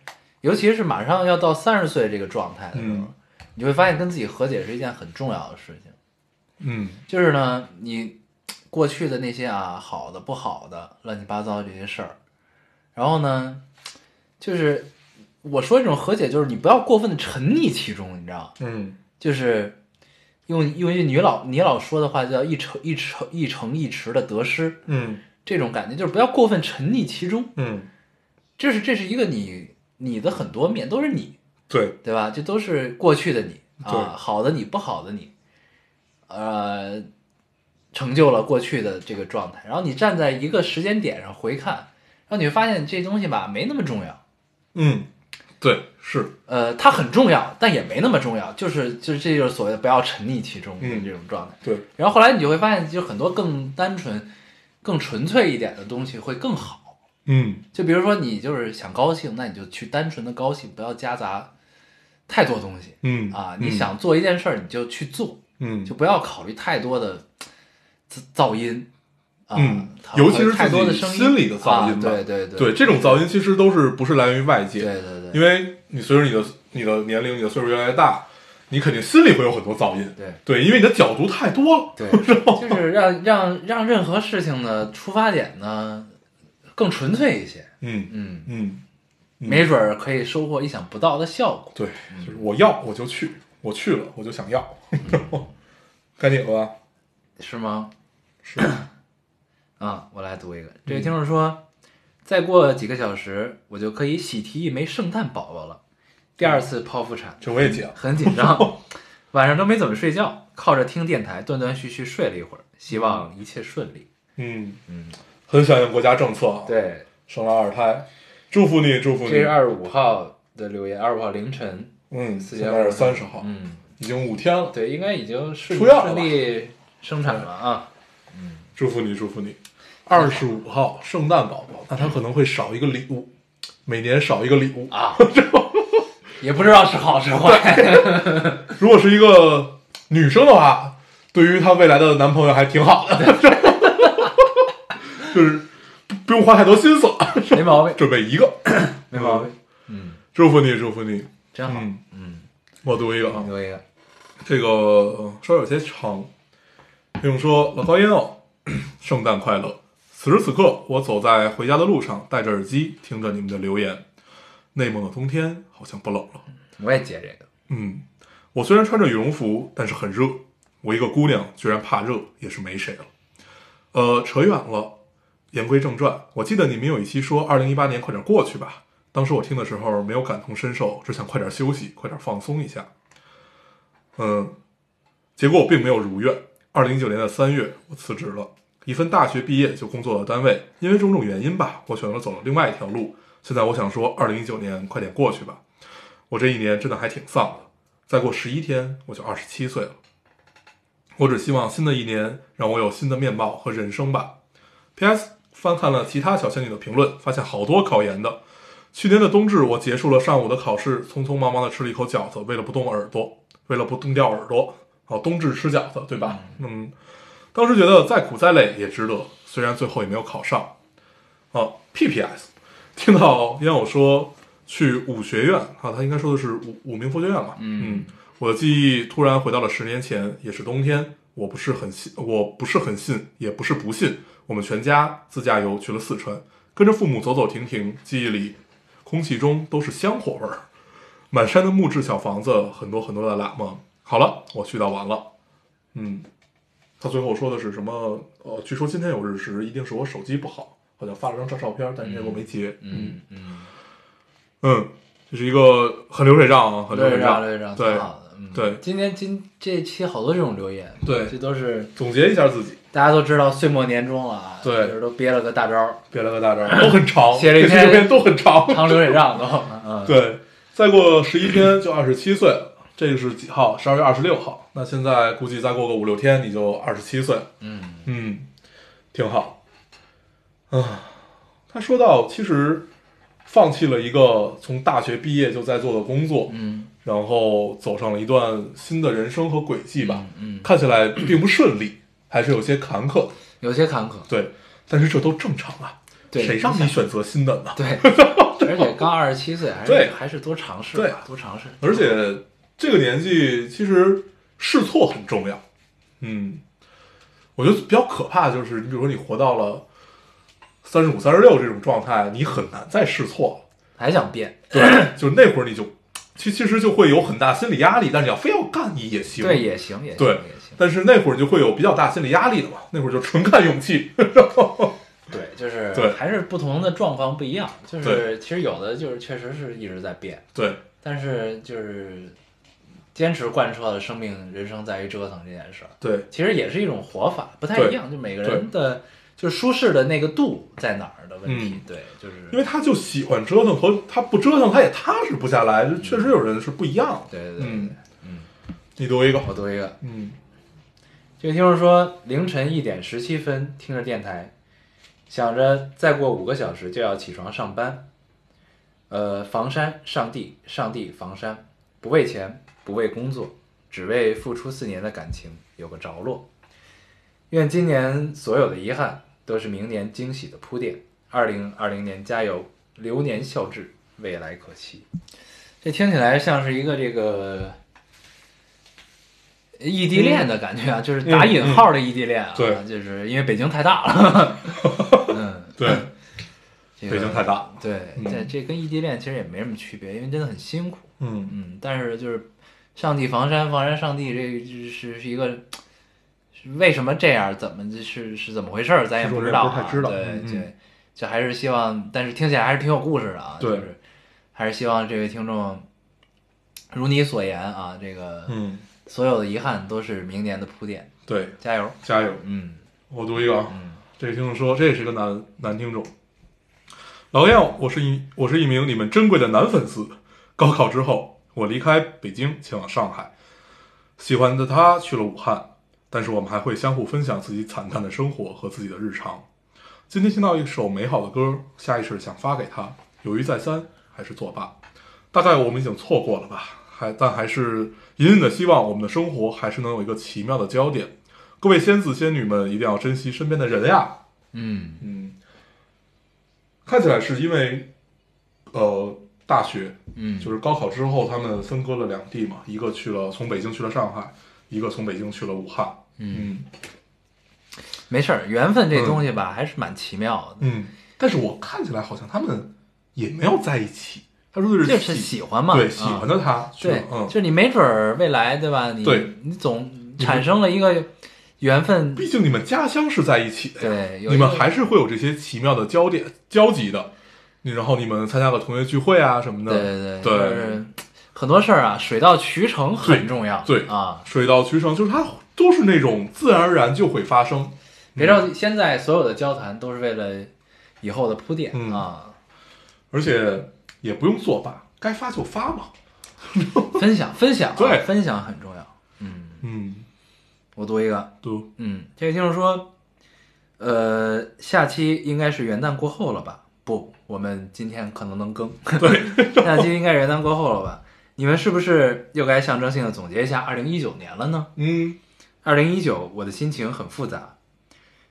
[SPEAKER 1] 尤其是马上要到三十岁这个状态的时候，
[SPEAKER 2] 嗯
[SPEAKER 1] 你会发现跟自己和解是一件很重要的事情。
[SPEAKER 2] 嗯
[SPEAKER 1] 就是呢，你过去的那些啊，好的、不好的、乱七八糟这些事儿，然后呢，就是我说这种和解，就是你不要过分的沉溺其中，你知道吗
[SPEAKER 2] 嗯
[SPEAKER 1] 就是用用一句女老你老说的话，叫一城一城一城一池的得失，
[SPEAKER 2] 嗯
[SPEAKER 1] 这种感觉就是不要过分沉溺其中。
[SPEAKER 2] 嗯，
[SPEAKER 1] 这是这是一个你你的很多面都是你，
[SPEAKER 2] 对，
[SPEAKER 1] 对吧？这都是过去的你
[SPEAKER 2] 对
[SPEAKER 1] 啊，好的你，不好的你，呃，成就了过去的这个状态。然后你站在一个时间点上回看，然后你会发现这东西吧没那么重要，
[SPEAKER 2] 嗯对，是
[SPEAKER 1] 呃，它很重要，但也没那么重要。就是就是这就是所谓的不要沉溺其中的
[SPEAKER 2] 嗯
[SPEAKER 1] 这种状态。
[SPEAKER 2] 对，
[SPEAKER 1] 然后后来你就会发现，就很多更单纯、更纯粹一点的东西会更好。
[SPEAKER 2] 嗯
[SPEAKER 1] 就比如说你就是想高兴，那你就去单纯的高兴，不要夹杂太多东西
[SPEAKER 2] 嗯
[SPEAKER 1] 啊。你想做一件事儿，你就去做，
[SPEAKER 2] 嗯
[SPEAKER 1] 就不要考虑太多的嘖噪音啊，
[SPEAKER 2] 嗯
[SPEAKER 1] 考虑
[SPEAKER 2] 尤其是
[SPEAKER 1] 太多的
[SPEAKER 2] 自己
[SPEAKER 1] 声音
[SPEAKER 2] 心里的噪音
[SPEAKER 1] 啊
[SPEAKER 2] 吧
[SPEAKER 1] 对对对
[SPEAKER 2] 对，这种噪音其实都是不是来源于外界，
[SPEAKER 1] 对对对
[SPEAKER 2] 因为你随着你的你的年龄、你的岁数越来越大，你肯定心里会有很多噪音。
[SPEAKER 1] 对
[SPEAKER 2] 对，因为你的角度太多了。
[SPEAKER 1] 对， 就是让让让任何事情的出发点呢更纯粹一些，
[SPEAKER 2] 嗯
[SPEAKER 1] 嗯，
[SPEAKER 2] 嗯，
[SPEAKER 1] 没准儿可以收获意想不到的效果。
[SPEAKER 2] 对，就是我要我就去，我去了我就想要。
[SPEAKER 1] 嗯
[SPEAKER 2] 该你了吧？
[SPEAKER 1] 是吗？
[SPEAKER 2] 是
[SPEAKER 1] 啊，我来读一个。这位听众说，再过几个小时，我就可以喜提一枚圣诞宝宝了。第二次剖腹产，
[SPEAKER 2] 这我也接了。
[SPEAKER 1] 很紧 张，晚上都没怎么睡觉，靠着听电台断断续续睡了一会儿，希望一切顺利。
[SPEAKER 2] 嗯
[SPEAKER 1] 嗯，
[SPEAKER 2] 很响应国家政策啊，
[SPEAKER 1] 对，
[SPEAKER 2] 生了二胎，祝福你，祝福
[SPEAKER 1] 这
[SPEAKER 2] 你。
[SPEAKER 1] 是二十五号的留言，二十五号凌晨，
[SPEAKER 2] 嗯，
[SPEAKER 1] 四
[SPEAKER 2] 现
[SPEAKER 1] 月
[SPEAKER 2] 在是三十号，
[SPEAKER 1] 嗯，
[SPEAKER 2] 已经五天了。
[SPEAKER 1] 对，应该已经顺
[SPEAKER 2] 出药了
[SPEAKER 1] 顺利生产了啊。
[SPEAKER 2] 祝福你，祝福你。二十五号圣诞宝宝，那他可能会少一个礼物，每年少一个礼物。
[SPEAKER 1] 啊， 也不知道是好是坏。
[SPEAKER 2] 如果是一个女生的话，对于她未来的男朋友还挺好的， 就是不不用花太多心思，
[SPEAKER 1] 没毛病，
[SPEAKER 2] 准备一个，
[SPEAKER 1] 没毛病，
[SPEAKER 2] 祝福你，祝福你。
[SPEAKER 1] 真好。
[SPEAKER 2] 嗯
[SPEAKER 1] 嗯，
[SPEAKER 2] 我读一个啊，
[SPEAKER 1] 留一个，
[SPEAKER 2] 这个呃稍微有些长。听众说：“老高烟哦， 圣诞快乐！此时此刻，我走在回家的路上，戴着耳机听着你们的留言。内蒙的冬天好像不冷了。
[SPEAKER 1] 我也接这个。
[SPEAKER 2] 嗯，我虽然穿着羽绒服，但是很热。我一个姑娘居然怕热，也是没谁了。呃，扯远了。言归正传，我记得你们有一期说二零一八年快点过去吧，当时我听的时候没有感同身受，只想快点休息，快点放松一下。嗯，结果我并没有如愿。二零一九年的三月，我辞职了，一份大学毕业就工作的单位，因为种种原因吧，我选择走了另外一条路。现在我想说，二零一九年快点过去吧。我这一年真的还挺丧的，再过十一天我就二十七岁了。我只希望新的一年让我有新的面貌和人生吧。P.S. 翻看了其他小仙女的评论，发现好多考研的。去年的冬至，我结束了上午的考试，匆匆忙忙的吃了一口饺子，为了不动耳朵，为了不冻掉耳朵。哦，冬至吃饺子，对吧？嗯，当时觉得再苦再累也值得，虽然最后也没有考上。哦，P.P.S. 听到烟友说去武学院啊，他应该说的是武武明佛学院吧？嗯，我的记忆突然回到了十年前，也是冬天，我不是很信，我不是很信，也不是不信。我们全家自驾游去了四川，跟着父母走走停停，记忆里空气中都是香火味儿，满山的木质小房子，很多很多的喇嘛。好了，我絮叨完了。嗯，他最后说的是什么？呃，据说今天有日食，一定是我手机不好，好像发了张照照片，但是结果没截。嗯嗯嗯，这是一个很流水账啊，很流
[SPEAKER 1] 对
[SPEAKER 2] 水账。
[SPEAKER 1] 对让
[SPEAKER 2] 对
[SPEAKER 1] 挺好的。嗯，
[SPEAKER 2] 对
[SPEAKER 1] 今天今这期好多这种留言，
[SPEAKER 2] 对
[SPEAKER 1] 这都是
[SPEAKER 2] 总结一下自己，
[SPEAKER 1] 大家都知道岁末年终了啊，
[SPEAKER 2] 对
[SPEAKER 1] 就是都憋了个大招，
[SPEAKER 2] 别了个大招，都很长，
[SPEAKER 1] 写了一
[SPEAKER 2] 这些
[SPEAKER 1] 篇
[SPEAKER 2] 留言都很长，
[SPEAKER 1] 扛流水 账都，嗯，
[SPEAKER 2] 对，再过十一天就二十七岁了，这个是几号？十二月二十六号。那现在估计再过个五六天你就二十七岁了，
[SPEAKER 1] 嗯，
[SPEAKER 2] 嗯，挺好。啊，他说到其实放弃了一个从大学毕业就在做的工作，
[SPEAKER 1] 嗯，
[SPEAKER 2] 然后走上了一段新的人生和轨迹吧，
[SPEAKER 1] 嗯嗯
[SPEAKER 2] 看起来并不顺利，还是有些坎坷，
[SPEAKER 1] 有些坎坷，
[SPEAKER 2] 对，但是这都正常啊，
[SPEAKER 1] 对
[SPEAKER 2] 谁让
[SPEAKER 1] 你
[SPEAKER 2] 你
[SPEAKER 1] 想
[SPEAKER 2] 选择新的呢？
[SPEAKER 1] 对，而且刚二十七岁，还是
[SPEAKER 2] 对
[SPEAKER 1] 还是多尝试
[SPEAKER 2] 对
[SPEAKER 1] 吧，多尝试。
[SPEAKER 2] 而且这个年纪其实试错很重要。嗯，我觉得比较可怕的就是，你比如说你活到了三十五、三十六这种状态，你很难再试错了。
[SPEAKER 1] 还想变，
[SPEAKER 2] 对， 就那会儿你就其其实就会有很大心理压力，但是你要非要干你也行。
[SPEAKER 1] 对，也行，也行，
[SPEAKER 2] 对
[SPEAKER 1] 也行。
[SPEAKER 2] 但是那会儿你就会有比较大心理压力的嘛，那会儿就纯看勇气。
[SPEAKER 1] 对，就是
[SPEAKER 2] 对
[SPEAKER 1] 还是不同的状况不一样。就
[SPEAKER 2] 对
[SPEAKER 1] 是其实有的就是确实是一直在变，
[SPEAKER 2] 对，
[SPEAKER 1] 但是就是坚持贯彻了生命人生在于折腾这件事儿，
[SPEAKER 2] 对，
[SPEAKER 1] 其实也是一种活法，不太
[SPEAKER 2] 对
[SPEAKER 1] 一样。就每个人的就舒适的那个度在哪儿的问题
[SPEAKER 2] 嗯。
[SPEAKER 1] 对，就是
[SPEAKER 2] 因为他就喜欢折腾，和他不折腾他也踏实不下来。就确实有人是不一样的。
[SPEAKER 1] 对对对对
[SPEAKER 2] 嗯，你读一个，
[SPEAKER 1] 我读一个，
[SPEAKER 2] 嗯，
[SPEAKER 1] 这个听众说，凌晨一点十七分听着电台，想着再过五个小时就要起床上班。呃，房山，上帝，上帝，房山，不为钱，不为工作，只为付出四年的感情有个着落。愿今年所有的遗憾都是明年惊喜的铺垫。二零二零年加油，流年笑掷，未来可期。这听起来像是一个这个异地恋的感觉啊，就是打引号的异地恋啊，
[SPEAKER 2] 嗯嗯
[SPEAKER 1] 就是因为北京太大了。嗯，
[SPEAKER 2] 对，
[SPEAKER 1] 这个、
[SPEAKER 2] 北京太大了。
[SPEAKER 1] 对，
[SPEAKER 2] 嗯
[SPEAKER 1] 这这跟异地恋其实也没什么区别，因为真的很辛苦。
[SPEAKER 2] 嗯，
[SPEAKER 1] 嗯，但是就是上帝防山，防山上帝，这这是是一个是为什么这样，怎么是是怎么回事儿，咱也
[SPEAKER 2] 其实
[SPEAKER 1] 不
[SPEAKER 2] 我
[SPEAKER 1] 知
[SPEAKER 2] 也
[SPEAKER 1] 道、
[SPEAKER 2] 不
[SPEAKER 1] 啊，
[SPEAKER 2] 太知道
[SPEAKER 1] 对
[SPEAKER 2] 嗯
[SPEAKER 1] 对，就还是希望，但是听起来还是挺有故事的啊。
[SPEAKER 2] 对
[SPEAKER 1] 就是还是希望这位听众如你所言啊，这个
[SPEAKER 2] 嗯，
[SPEAKER 1] 所有的遗憾都是明年的铺垫，
[SPEAKER 2] 对，
[SPEAKER 1] 加油！
[SPEAKER 2] 加油！
[SPEAKER 1] 嗯
[SPEAKER 2] 我读一个啊，
[SPEAKER 1] 嗯
[SPEAKER 2] 这个听众说，这也是个男男听众。老耀，我是一我是一名你们珍贵的男粉丝。高考之后，我离开北京前往上海，喜欢的他去了武汉，但是我们还会相互分享自己惨淡的生活和自己的日常。今天听到一首美好的歌，下意识想发给他，犹豫再三，还是作罢。大概我们已经错过了吧，还但还是隐隐的希望我们的生活还是能有一个奇妙的焦点。各位仙子仙女们一定要珍惜身边的人呀。
[SPEAKER 1] 嗯
[SPEAKER 2] 嗯，看起来是因为，呃，大学
[SPEAKER 1] 嗯，
[SPEAKER 2] 就是高考之后，他们分割了两地嘛，一个去了从北京去了上海，一个从北京去了武汉。嗯
[SPEAKER 1] 没事儿，缘分这东西吧，还是蛮奇妙的。
[SPEAKER 2] 嗯，但是我看起来好像他们也没有在一起，他说的
[SPEAKER 1] 就是是
[SPEAKER 2] 喜
[SPEAKER 1] 喜欢嘛，
[SPEAKER 2] 对
[SPEAKER 1] 啊
[SPEAKER 2] 喜欢的他，是
[SPEAKER 1] 对，
[SPEAKER 2] 嗯
[SPEAKER 1] 就，是你没准儿未来对吧？你
[SPEAKER 2] 对
[SPEAKER 1] 你总产生了一个缘分，
[SPEAKER 2] 毕竟你们家乡是在一起的呀，
[SPEAKER 1] 对，有
[SPEAKER 2] 你
[SPEAKER 1] 一
[SPEAKER 2] 们
[SPEAKER 1] 个
[SPEAKER 2] 还是会有这些奇妙的焦点交集的。你然后你们参加个同学聚会啊什么
[SPEAKER 1] 对
[SPEAKER 2] 的，
[SPEAKER 1] 对就是很多事儿啊，水到渠成很重要，
[SPEAKER 2] 对嗯
[SPEAKER 1] 啊，
[SPEAKER 2] 水到渠成，就是它都是那种自然而然就会发生。
[SPEAKER 1] 别着急，现在所有的交谈都是为了以后的铺垫
[SPEAKER 2] 嗯
[SPEAKER 1] 啊，
[SPEAKER 2] 而且也不用作罢，该发就发嘛。
[SPEAKER 1] 分享分享啊，
[SPEAKER 2] 嗯对
[SPEAKER 1] 分享很重要，嗯，
[SPEAKER 2] 嗯，
[SPEAKER 1] 我读一个，
[SPEAKER 2] 对，
[SPEAKER 1] 嗯，这个听众说，呃，下期应该是元旦过后了吧？不，我们今天可能能更。对， 下期应该是元旦过后了吧？你们是不是又该象征性的总结一下2019年了呢？
[SPEAKER 2] 嗯
[SPEAKER 1] 二零一九，我的心情很复杂，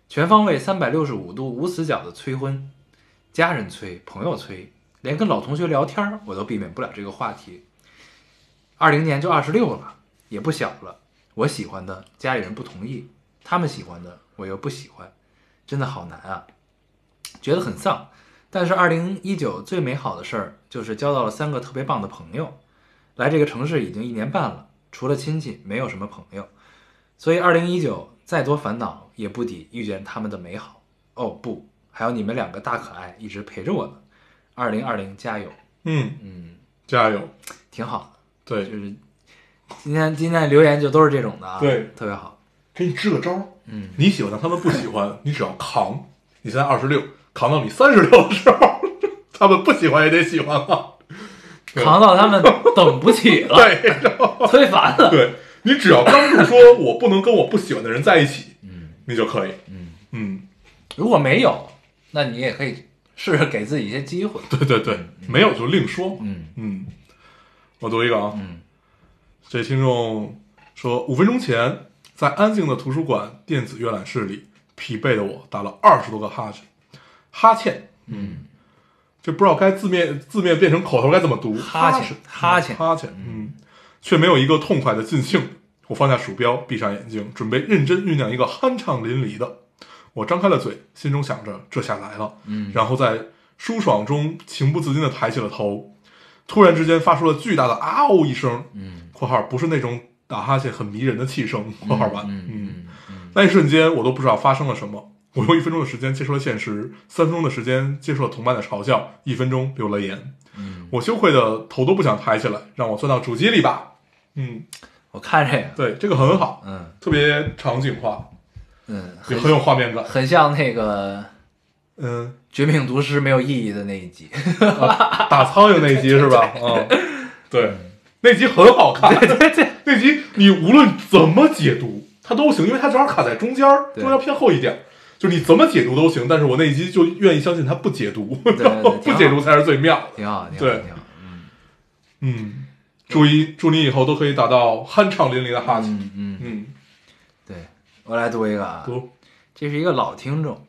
[SPEAKER 1] 全方位、三百六十五度、无死角的催婚，家人催，朋友催，连跟老同学聊天儿，我都避免不了这个话题。二零年就二十六了，也不小了。我喜欢的，家里人不同意；他们喜欢的，我又不喜欢，真的好难啊，觉得很丧。但是二零一九最美好的事儿就是交到了三个特别棒的朋友，来这个城市已经一年半了，除了亲戚，没有什么朋友。所以，二零一九再多烦恼也不抵遇见他们的美好。哦不，还有你们两个大可爱一直陪着我呢。二零二零加油，
[SPEAKER 2] 嗯，
[SPEAKER 1] 嗯，
[SPEAKER 2] 加油！
[SPEAKER 1] 挺好的，就
[SPEAKER 2] 对，
[SPEAKER 1] 是今天今天留言就都是这种的啊，
[SPEAKER 2] 对，
[SPEAKER 1] 特别好，
[SPEAKER 2] 给你支个招儿，
[SPEAKER 1] 嗯，
[SPEAKER 2] 你喜欢的他们不喜欢，你只要扛。你现在二十六，扛到你三十六的时候， 他们不喜欢也得喜欢了。对
[SPEAKER 1] 扛到他们等不起 了，
[SPEAKER 2] 对，然后
[SPEAKER 1] 催烦了，
[SPEAKER 2] 对你只要刚住说我不能跟我不喜欢的人在一起，
[SPEAKER 1] 嗯
[SPEAKER 2] 你就可以。
[SPEAKER 1] 嗯，
[SPEAKER 2] 嗯，
[SPEAKER 1] 如果没有，那你也可以试着给自己一些机会，
[SPEAKER 2] 对对对，没有就另说。
[SPEAKER 1] 嗯
[SPEAKER 2] 嗯，我读一个啊，
[SPEAKER 1] 嗯
[SPEAKER 2] 这听众说，五分钟前在安静的图书馆电子阅览室里，疲惫的我打了二十多个哈欠，哈欠，
[SPEAKER 1] 嗯，
[SPEAKER 2] 这不知道该字面字面变成口头该怎么读，
[SPEAKER 1] 哈欠
[SPEAKER 2] 欠，
[SPEAKER 1] 哈欠
[SPEAKER 2] 哈欠，嗯，却没有一个痛快的尽兴。我放下鼠标，闭上眼睛，准备认真酝酿一个酣畅淋漓的。我张开了嘴，心中想着这下来了，嗯，然后在舒爽中情不自禁地抬起了头，突然之间发出了巨大的啊哦一声，
[SPEAKER 1] 嗯，
[SPEAKER 2] 括号不是那种打哈欠很迷人的气声，括号完，
[SPEAKER 1] 嗯
[SPEAKER 2] 嗯，
[SPEAKER 1] 嗯嗯
[SPEAKER 2] 那一瞬间我都不知道发生了什么。我用一分钟的时间接受了现实，三分钟的时间接受了同伴的嘲笑，一分钟流了眼。
[SPEAKER 1] 嗯，
[SPEAKER 2] 我羞愧的头都不想抬起来，让我钻到主机里吧。嗯，
[SPEAKER 1] 我看这个，
[SPEAKER 2] 对，这个很好，
[SPEAKER 1] 嗯
[SPEAKER 2] 特别场景化，
[SPEAKER 1] 嗯，
[SPEAKER 2] 也
[SPEAKER 1] 很
[SPEAKER 2] 很有画面感。
[SPEAKER 1] 很像那个。
[SPEAKER 2] 嗯，
[SPEAKER 1] 《绝命毒师》没有意义的那一 集，
[SPEAKER 2] 打苍蝇那一集是吧？嗯，对，那集很好看。对对，那集你无论怎么解读，它都行，因为它正好卡在中间儿，
[SPEAKER 1] 对
[SPEAKER 2] 中间儿偏后一点儿，就是你怎么解读都行。但是我那一集就愿意相信它不解读，
[SPEAKER 1] 对对对
[SPEAKER 2] 不解读才是最妙的。
[SPEAKER 1] 挺好，挺好，
[SPEAKER 2] 对
[SPEAKER 1] 挺好。嗯
[SPEAKER 2] 嗯，祝一祝你以后都可以达到酣畅淋漓的哈欠。
[SPEAKER 1] 嗯嗯，
[SPEAKER 2] 嗯，
[SPEAKER 1] 对我来读一个啊，
[SPEAKER 2] 读，
[SPEAKER 1] 这是一个老听众，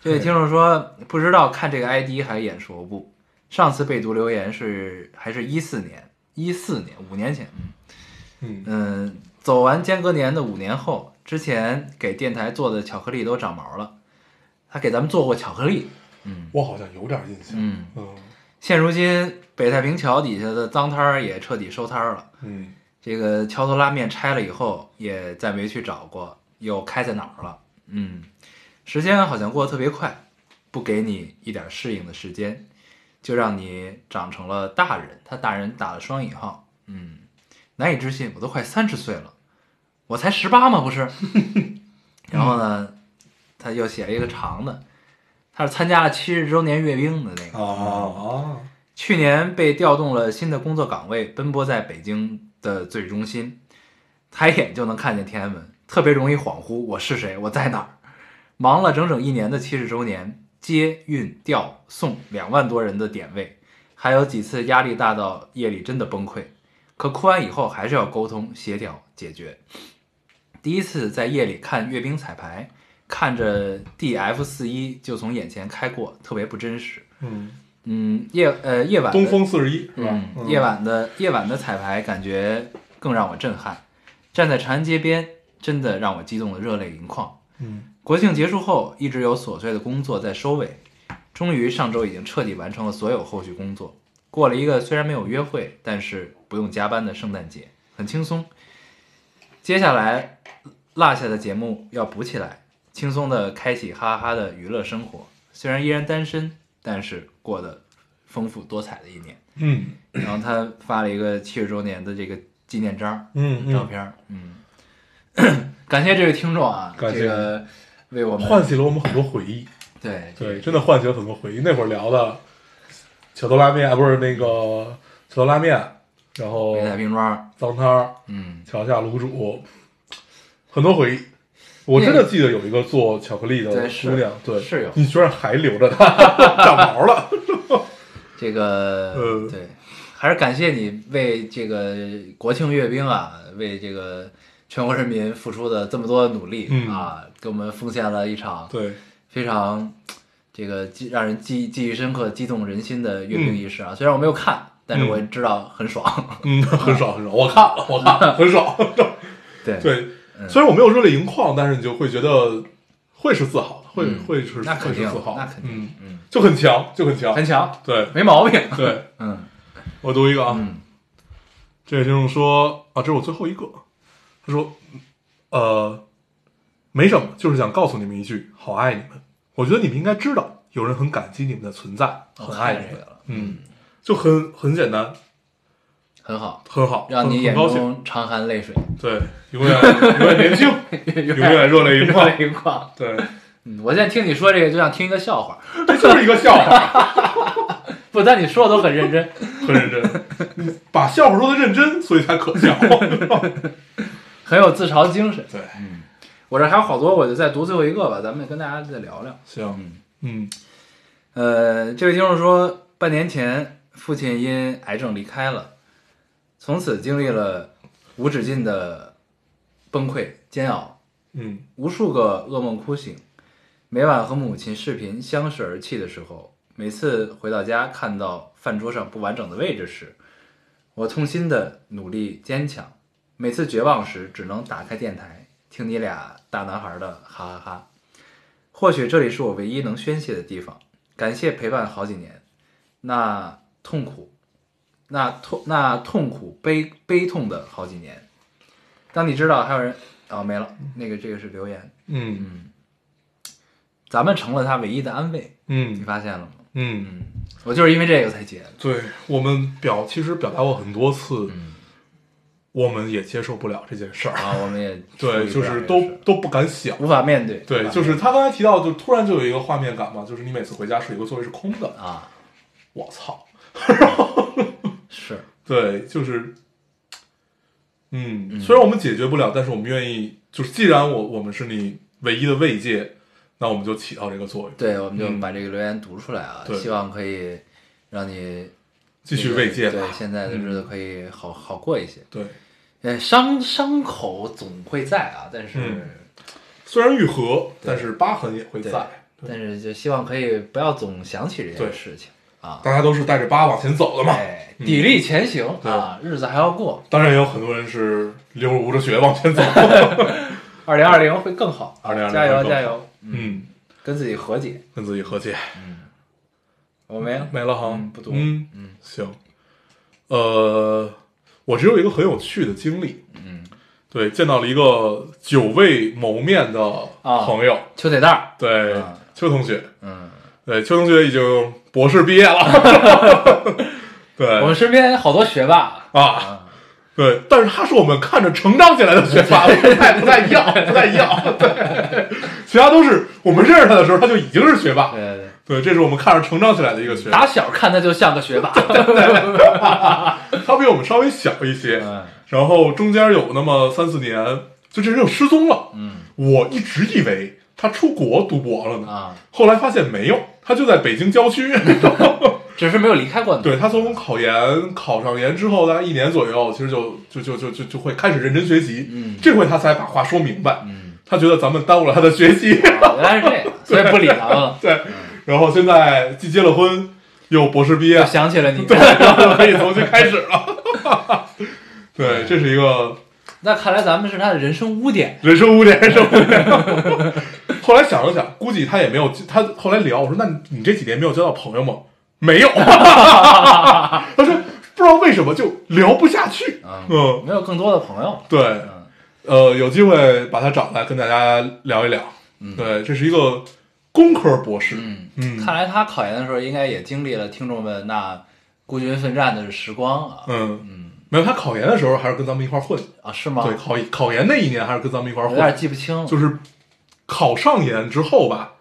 [SPEAKER 1] 这位听众说不知道看这个 ID 还眼熟不？上次被读留言是还是一四年，一四年五年前，
[SPEAKER 2] 嗯
[SPEAKER 1] 嗯，走完间隔年的五年后，之前给电台做的巧克力都长毛了，他给咱们做过巧克力，
[SPEAKER 2] 我好像有点印象。
[SPEAKER 1] 嗯，
[SPEAKER 2] 嗯
[SPEAKER 1] 现如今北太平桥底下的脏摊儿也彻底收摊儿了。
[SPEAKER 2] 嗯
[SPEAKER 1] 这个桥头拉面拆了以后，也再没去找过，又开在哪儿了？嗯，时间好像过得特别快，不给你一点适应的时间，就让你长成了大人。他大人打了双引号，嗯，难以置信，我都快三十岁了，我才十八嘛，不是？ 然后呢，他又写了一个长的，他是参加了七十周年阅兵的那个
[SPEAKER 2] 啊啊，
[SPEAKER 1] 去年被调动了新的工作岗位，奔波在北京的最中心，抬眼就能看见天安门，特别容易恍惚我是谁，我在哪儿。忙了整整一年的七十周年，接运调送两万多人的点位，还有几次压力大到夜里真的崩溃。可哭完以后还是要沟通协调解决。第一次在夜里看阅兵彩排，看着 DF 四一就从眼前开过，特别不真实。
[SPEAKER 2] 嗯，
[SPEAKER 1] 嗯，夜呃夜晚的
[SPEAKER 2] 东风四十一是吧？
[SPEAKER 1] 嗯，夜晚的夜晚的彩排感觉更让我震撼，站在长安街边，真的让我激动的热泪盈眶。
[SPEAKER 2] 嗯
[SPEAKER 1] 国庆结束后，一直有琐碎的工作在收尾，终于上周已经彻底完成了所有后续工作。过了一个虽然没有约会，但是不用加班的圣诞节，很轻松。接下来落下的节目要补起来，轻松的开启哈哈的娱乐生活。虽然依然单身，但是过得丰富多彩的一年。
[SPEAKER 2] 嗯
[SPEAKER 1] 然后他发了一个七十周年的这个纪念章，
[SPEAKER 2] 嗯
[SPEAKER 1] 照
[SPEAKER 2] 嗯，
[SPEAKER 1] 片儿。嗯，感谢这位听众啊，
[SPEAKER 2] 感谢
[SPEAKER 1] 这个为我们
[SPEAKER 2] 唤起了我们很多回忆。
[SPEAKER 1] 对
[SPEAKER 2] 对，真的唤起了很多回忆。那会儿聊的小豆拉面啊，不是那个小豆拉面，然后
[SPEAKER 1] 北大冰庄儿，
[SPEAKER 2] 脏摊儿、
[SPEAKER 1] 嗯，
[SPEAKER 2] 桥下卤煮，很多回忆。我真的记得有一个做巧克力的
[SPEAKER 1] 对是
[SPEAKER 2] 姑娘，对，
[SPEAKER 1] 是有
[SPEAKER 2] 你居然还留着它， 长毛了。
[SPEAKER 1] 这个、
[SPEAKER 2] 呃
[SPEAKER 1] 对，还是感谢你为这个国庆阅兵啊，为这个全国人民付出的这么多努力
[SPEAKER 2] 嗯
[SPEAKER 1] 啊，给我们奉献了一场
[SPEAKER 2] 对，
[SPEAKER 1] 非常这个记让人记记忆深刻、激动人心的阅兵仪式啊。虽然我没有看，但是我也知道很爽。
[SPEAKER 2] 嗯，很少很少，我看了，我看了，很少。
[SPEAKER 1] 对
[SPEAKER 2] 对，
[SPEAKER 1] 嗯
[SPEAKER 2] 虽然我没有热泪盈眶，但是你就会觉得会是自豪的，会
[SPEAKER 1] 嗯
[SPEAKER 2] 会是
[SPEAKER 1] 那肯
[SPEAKER 2] 会是
[SPEAKER 1] 定
[SPEAKER 2] 自豪，
[SPEAKER 1] 那肯定
[SPEAKER 2] 嗯，
[SPEAKER 1] 嗯，
[SPEAKER 2] 就很强，就很强
[SPEAKER 1] 很，强，
[SPEAKER 2] 对
[SPEAKER 1] 没毛病。
[SPEAKER 2] 对。
[SPEAKER 1] 嗯
[SPEAKER 2] 我读一个啊，
[SPEAKER 1] 嗯
[SPEAKER 2] 这位听众说啊，这是我最后一个，他说，呃，没什么，就是想告诉你们一句，好爱你们。我觉得你们应该知道，有人很感激你们的存在，
[SPEAKER 1] 哦
[SPEAKER 2] 很爱你
[SPEAKER 1] 太
[SPEAKER 2] 们
[SPEAKER 1] 对了，
[SPEAKER 2] 嗯，就很很简单，
[SPEAKER 1] 很好，
[SPEAKER 2] 很好，
[SPEAKER 1] 让你
[SPEAKER 2] 很
[SPEAKER 1] 眼
[SPEAKER 2] 很高兴，
[SPEAKER 1] 中常含泪 水，
[SPEAKER 2] 对，永远永 远年轻，
[SPEAKER 1] 永
[SPEAKER 2] 永远热泪盈
[SPEAKER 1] 热
[SPEAKER 2] 眶，
[SPEAKER 1] 泪盈眶。
[SPEAKER 2] 对，
[SPEAKER 1] 嗯，我现在听你说这个，就像听一个笑话。
[SPEAKER 2] 这就是一个笑话，
[SPEAKER 1] 不，但你说的都很认真。
[SPEAKER 2] 很认真，你把笑话说的认真，所以才可 笑，
[SPEAKER 1] 很有自嘲精神。
[SPEAKER 2] 对，
[SPEAKER 1] 我这还有好多，我就再读最后一个吧，咱们跟大家再聊聊。
[SPEAKER 2] 行，嗯
[SPEAKER 1] 呃，这位听众说，半年前父亲因癌症离开了，从此经历了无止境的崩溃煎熬，
[SPEAKER 2] 嗯
[SPEAKER 1] 无数个噩梦哭醒。每晚和母亲视频相视而泣的时候，每次回到家看到饭桌上不完整的位置时，我痛心的努力坚强。每次绝望时，只能打开电台听你俩大男孩的哈哈哈。或许这里是我唯一能宣泄的地方。感谢陪伴好几年，那痛苦，那痛那痛苦悲悲痛的好几年。当你知道还有人啊、没了，那个这个是留言，
[SPEAKER 2] 嗯
[SPEAKER 1] 咱们成了他唯一的安慰，你
[SPEAKER 2] 嗯
[SPEAKER 1] 发现了吗？
[SPEAKER 2] 嗯。
[SPEAKER 1] 我就是因为这个才结的。
[SPEAKER 2] 对我们表其实表达过很多次，我们也接受不了这件事儿。
[SPEAKER 1] 啊，我们也
[SPEAKER 2] 对，
[SPEAKER 1] 处
[SPEAKER 2] 就
[SPEAKER 1] 理不了
[SPEAKER 2] 是
[SPEAKER 1] 这
[SPEAKER 2] 都
[SPEAKER 1] 个事
[SPEAKER 2] 都不敢想。
[SPEAKER 1] 无法面对。无
[SPEAKER 2] 对，
[SPEAKER 1] 法
[SPEAKER 2] 就是他刚才提到，就突然就有一个画面感嘛，就是你每次回家是有一个座位是空的，
[SPEAKER 1] 啊，
[SPEAKER 2] 我操！
[SPEAKER 1] 是
[SPEAKER 2] 对，就是，嗯，虽然我们解决不了，但是我们愿意，就是既然我我们是你唯一的慰藉，那我们就起到这个作用，
[SPEAKER 1] 对，我们就
[SPEAKER 2] 嗯
[SPEAKER 1] 把这个留言读出来啊，
[SPEAKER 2] 对
[SPEAKER 1] 希望可以让你
[SPEAKER 2] 继续
[SPEAKER 1] 这个
[SPEAKER 2] 慰藉
[SPEAKER 1] 对
[SPEAKER 2] 吧。
[SPEAKER 1] 现在的日子可以好好过一些。
[SPEAKER 2] 对，
[SPEAKER 1] 呃，伤伤口总会在啊，但是
[SPEAKER 2] 嗯虽然愈合，但是疤痕也会
[SPEAKER 1] 对
[SPEAKER 2] 在。
[SPEAKER 1] 但是就希望可以不要总想起这件
[SPEAKER 2] 对
[SPEAKER 1] 事情啊。
[SPEAKER 2] 大家都是带着疤往前走的嘛。
[SPEAKER 1] 哎，砥砺前行
[SPEAKER 2] 嗯对
[SPEAKER 1] 啊，日子还要过，
[SPEAKER 2] 当然也有很多人是流着无着血往 前走。
[SPEAKER 1] 二零二零会更好，啊
[SPEAKER 2] 2020
[SPEAKER 1] 加油
[SPEAKER 2] 会更好
[SPEAKER 1] 加油，
[SPEAKER 2] 嗯，
[SPEAKER 1] 跟自己和解。
[SPEAKER 2] 跟自己和解，
[SPEAKER 1] 我没了，
[SPEAKER 2] 没了哈，
[SPEAKER 1] 嗯不多
[SPEAKER 2] 嗯嗯，行。呃，我只有一个很有趣的经历。嗯，对，见到了一个久未谋面的
[SPEAKER 1] 啊
[SPEAKER 2] 朋友，
[SPEAKER 1] 秋腿蛋儿，
[SPEAKER 2] 对，
[SPEAKER 1] 啊
[SPEAKER 2] 邱同学，
[SPEAKER 1] 嗯，
[SPEAKER 2] 对，邱同学已经博士毕业了。 对，
[SPEAKER 1] 我们身边好多学霸，
[SPEAKER 2] 啊，对，但是他是我们看着成长起来的学 霸，不太不太一样，不太一样。对，其他都是我们认识他的时候，他就已经是学霸。
[SPEAKER 1] 对对对。
[SPEAKER 2] 对，这是我们看着成长起来的一个学霸，
[SPEAKER 1] 打小看他就像个学霸，
[SPEAKER 2] 他比我们稍微小一些
[SPEAKER 1] 嗯，
[SPEAKER 2] 然后中间有那么三四年，就这人就失踪了。嗯，我一直以为他出国读博了呢，
[SPEAKER 1] 啊，
[SPEAKER 2] 后来发现没有，他就在北京郊区。
[SPEAKER 1] 只是没有离开过你。
[SPEAKER 2] 对他从考研考上研之后，大概一年左右，其实就就就就就就会开始认真学习。嗯，这回他才把话说明白。嗯，他觉得咱们耽误了他的学习，
[SPEAKER 1] 啊，原来是这样，所以不理咱们了。
[SPEAKER 2] 对。然后现在既结了婚，又博士毕业
[SPEAKER 1] 我，想起了你，
[SPEAKER 2] 然后可以重新开始了。 对，这是一个
[SPEAKER 1] 那看来咱们是他的人生污点。
[SPEAKER 2] 人生污点，人生污点。 后来想了想，估计他也没有，他后来聊，我说：“那你这几年没有交到朋友吗？”没有。 他说不知道为什么就聊不下去。
[SPEAKER 1] 啊，
[SPEAKER 2] 嗯，
[SPEAKER 1] 没有更多的朋友，
[SPEAKER 2] 对，
[SPEAKER 1] 嗯
[SPEAKER 2] 呃，有机会把他找来跟大家聊一聊。对，这是一个工科博士。
[SPEAKER 1] 嗯
[SPEAKER 2] 嗯
[SPEAKER 1] 看来他考研的时候，应该也经历了听众们那孤军奋战的时光啊。
[SPEAKER 2] 嗯，
[SPEAKER 1] 嗯
[SPEAKER 2] 没有，他考研的时候还是跟咱们一块儿混。
[SPEAKER 1] 啊，是吗？
[SPEAKER 2] 对，考考研那一年还是跟咱们一块儿
[SPEAKER 1] 有点
[SPEAKER 2] 混，
[SPEAKER 1] 记不清了。
[SPEAKER 2] 就是考上研之后吧，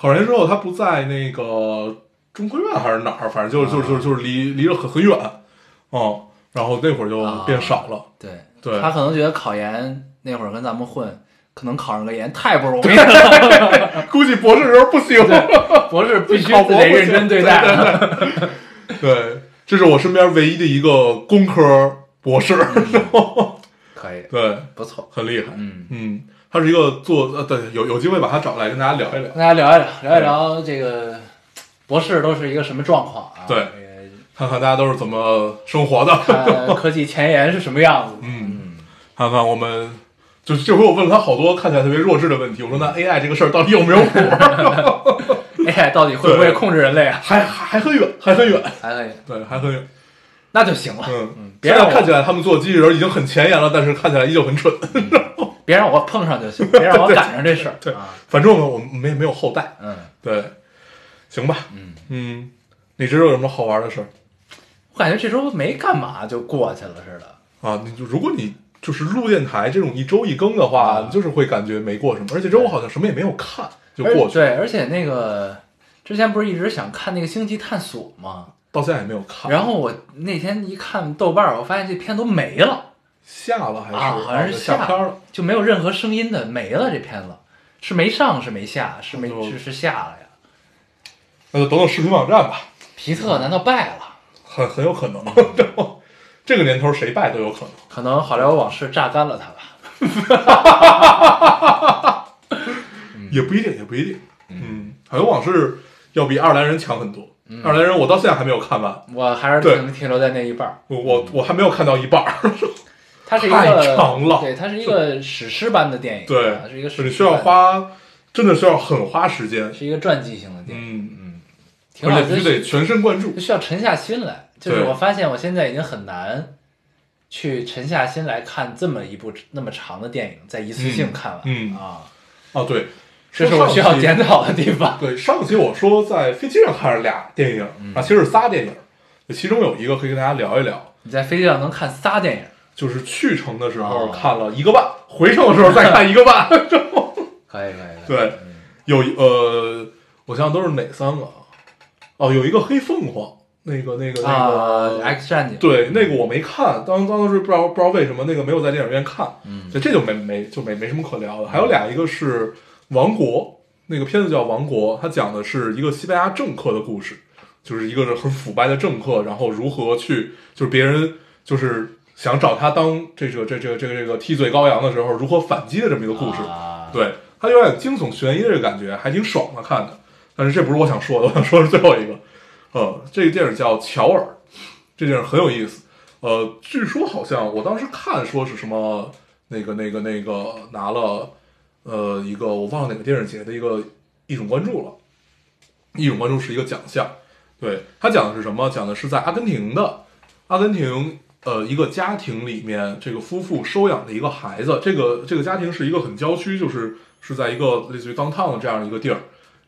[SPEAKER 2] 考上研之后他不在那个中科院还是哪儿，
[SPEAKER 1] 啊
[SPEAKER 2] 反正就是就是就是就是离离着很很远，嗯，然后那会儿就变少了，
[SPEAKER 1] 对，
[SPEAKER 2] 对
[SPEAKER 1] 他可能觉得考研那会儿跟咱们混，可能考上个研太不容易 了。啊
[SPEAKER 2] 估计博士时候不行，
[SPEAKER 1] 博士必须
[SPEAKER 2] 考
[SPEAKER 1] 得
[SPEAKER 2] 博不行
[SPEAKER 1] 认真对待。啊
[SPEAKER 2] 对，这是我身边唯一的一个工科博士，
[SPEAKER 1] 可以，
[SPEAKER 2] 对，
[SPEAKER 1] 嗯不错。
[SPEAKER 2] 很厉害，
[SPEAKER 1] 嗯，
[SPEAKER 2] 嗯，他是一个做呃，对，有有机会把他找来跟大家聊一聊，
[SPEAKER 1] 跟大家聊一聊，聊一聊这个博士都是一个什么状况啊？
[SPEAKER 2] 对
[SPEAKER 1] 这个
[SPEAKER 2] 看看大家都是怎么生活的，
[SPEAKER 1] 看科技前沿是什么样子的。
[SPEAKER 2] 嗯，看看我们，就是这回我问了他好多看起来特别弱智的问题，我说那 AI 这个事儿到底有没有谱？
[SPEAKER 1] AI 哎到底会不会控制人类啊？
[SPEAKER 2] 还还还很远，还很远，
[SPEAKER 1] 还可以，
[SPEAKER 2] 对，还很远。
[SPEAKER 1] 那就行了。
[SPEAKER 2] 嗯，
[SPEAKER 1] 别
[SPEAKER 2] 虽然
[SPEAKER 1] 让我
[SPEAKER 2] 看起来他们做机器人已经很前沿了，但是看起来依旧很蠢。
[SPEAKER 1] 别让我碰上就行，别让我赶上这事儿。
[SPEAKER 2] 对
[SPEAKER 1] 啊，
[SPEAKER 2] 反正我们没没有后代，
[SPEAKER 1] 嗯，
[SPEAKER 2] 对，行吧，
[SPEAKER 1] 嗯
[SPEAKER 2] 嗯，你这周有什么好玩的事儿
[SPEAKER 1] 我感觉这周没干嘛就过去了似的。
[SPEAKER 2] 啊？你就如果你就是录电台这种一周一更的话，
[SPEAKER 1] 嗯
[SPEAKER 2] 你就是会感觉没过什么，而且周五好像什么也没有看就过去，
[SPEAKER 1] 而对，而且那个之前不是一直想看那个《星际探索》吗？
[SPEAKER 2] 到现在也没有看，
[SPEAKER 1] 然后我那天一看豆瓣儿，我发现这片都没了，
[SPEAKER 2] 下了还是哦
[SPEAKER 1] 啊好像是
[SPEAKER 2] 下
[SPEAKER 1] 下
[SPEAKER 2] 片儿了。
[SPEAKER 1] 就没有任何声音的，没了这片子是没上是没下是没
[SPEAKER 2] 那就是
[SPEAKER 1] 是下了呀？
[SPEAKER 2] 那就等等视频网站吧，
[SPEAKER 1] 皮特难道败了？
[SPEAKER 2] 很很有 可能。这个年头谁败都有可能。
[SPEAKER 1] 可能好莱坞往事榨干了他吧？
[SPEAKER 2] 也不一定，也不一定。嗯，好像往事要比爱尔兰人强很多。
[SPEAKER 1] 嗯
[SPEAKER 2] 爱尔兰人我到现在还没有看完，
[SPEAKER 1] 我还是
[SPEAKER 2] 对
[SPEAKER 1] 停停留在那一半儿。
[SPEAKER 2] 我我我还没有看到一 半儿。
[SPEAKER 1] 它是一个
[SPEAKER 2] 太长了
[SPEAKER 1] 对，它是一个史诗般的电影，
[SPEAKER 2] 对
[SPEAKER 1] 啊，是一个史诗
[SPEAKER 2] 你
[SPEAKER 1] 般的，
[SPEAKER 2] 需要花，真的需要很花时间。
[SPEAKER 1] 是一个传记性的电影，
[SPEAKER 2] 嗯，
[SPEAKER 1] 嗯，挺好
[SPEAKER 2] 而
[SPEAKER 1] 的，
[SPEAKER 2] 且必须得全神贯注
[SPEAKER 1] 就。需要沉下心来。就是
[SPEAKER 2] 对
[SPEAKER 1] 我发现我现在已经很难去沉下心来看这么一部那么长的电影，再一次性看完、
[SPEAKER 2] 嗯嗯
[SPEAKER 1] 啊，
[SPEAKER 2] 哦，对，
[SPEAKER 1] 这是
[SPEAKER 2] 说
[SPEAKER 1] 我
[SPEAKER 2] 上
[SPEAKER 1] 需要
[SPEAKER 2] 期
[SPEAKER 1] 检讨的地方。
[SPEAKER 2] 对，上期我说在飞机上看了俩电影
[SPEAKER 1] 嗯
[SPEAKER 2] 啊，其实是仨电影，其中有一个可以跟大家聊一聊，
[SPEAKER 1] 你在飞机上能看仨电影，
[SPEAKER 2] 就是去程的时候
[SPEAKER 1] 哦
[SPEAKER 2] 看了一个半，回程的时候再看一个半。
[SPEAKER 1] 可以可以，可以，
[SPEAKER 2] 对，有一呃，我想想都是哪三个啊？哦，有一个黑凤凰，那个那个那
[SPEAKER 1] 啊
[SPEAKER 2] 个、
[SPEAKER 1] ，X 战警，
[SPEAKER 2] 对，那个我没看，当当时不知道不知道为什么那个没有在电影院看，
[SPEAKER 1] 嗯
[SPEAKER 2] 所以这就没没就没没什么可聊的。还有俩，一个是《王国》，那个片子叫《王国》，它讲的是一个西班牙政客的故事，就是一个很腐败的政客，然后如何去就是别人就是想找他当这个这个这个这个替罪羔羊的时候，如何反击的这么一个故事。
[SPEAKER 1] 啊，
[SPEAKER 2] 对，它有点惊悚悬疑的这个感觉，还挺爽的看的。但是这不是我想说的，我想说的是最后一个。呃，这个电影叫《乔尔》，这电影很有意思。呃，据说好像我当时看说是什么那个那个那个拿了呃一个我忘了哪个电影节的一个一种关注了，一种关注是一个奖项。对，它讲的是什么？讲的是在阿根廷的阿根廷呃一个家庭里面，这个夫妇收养的一个孩子，这个这个家庭是一个很郊区，就是是在一个类似于 downtown 的这样一个地儿，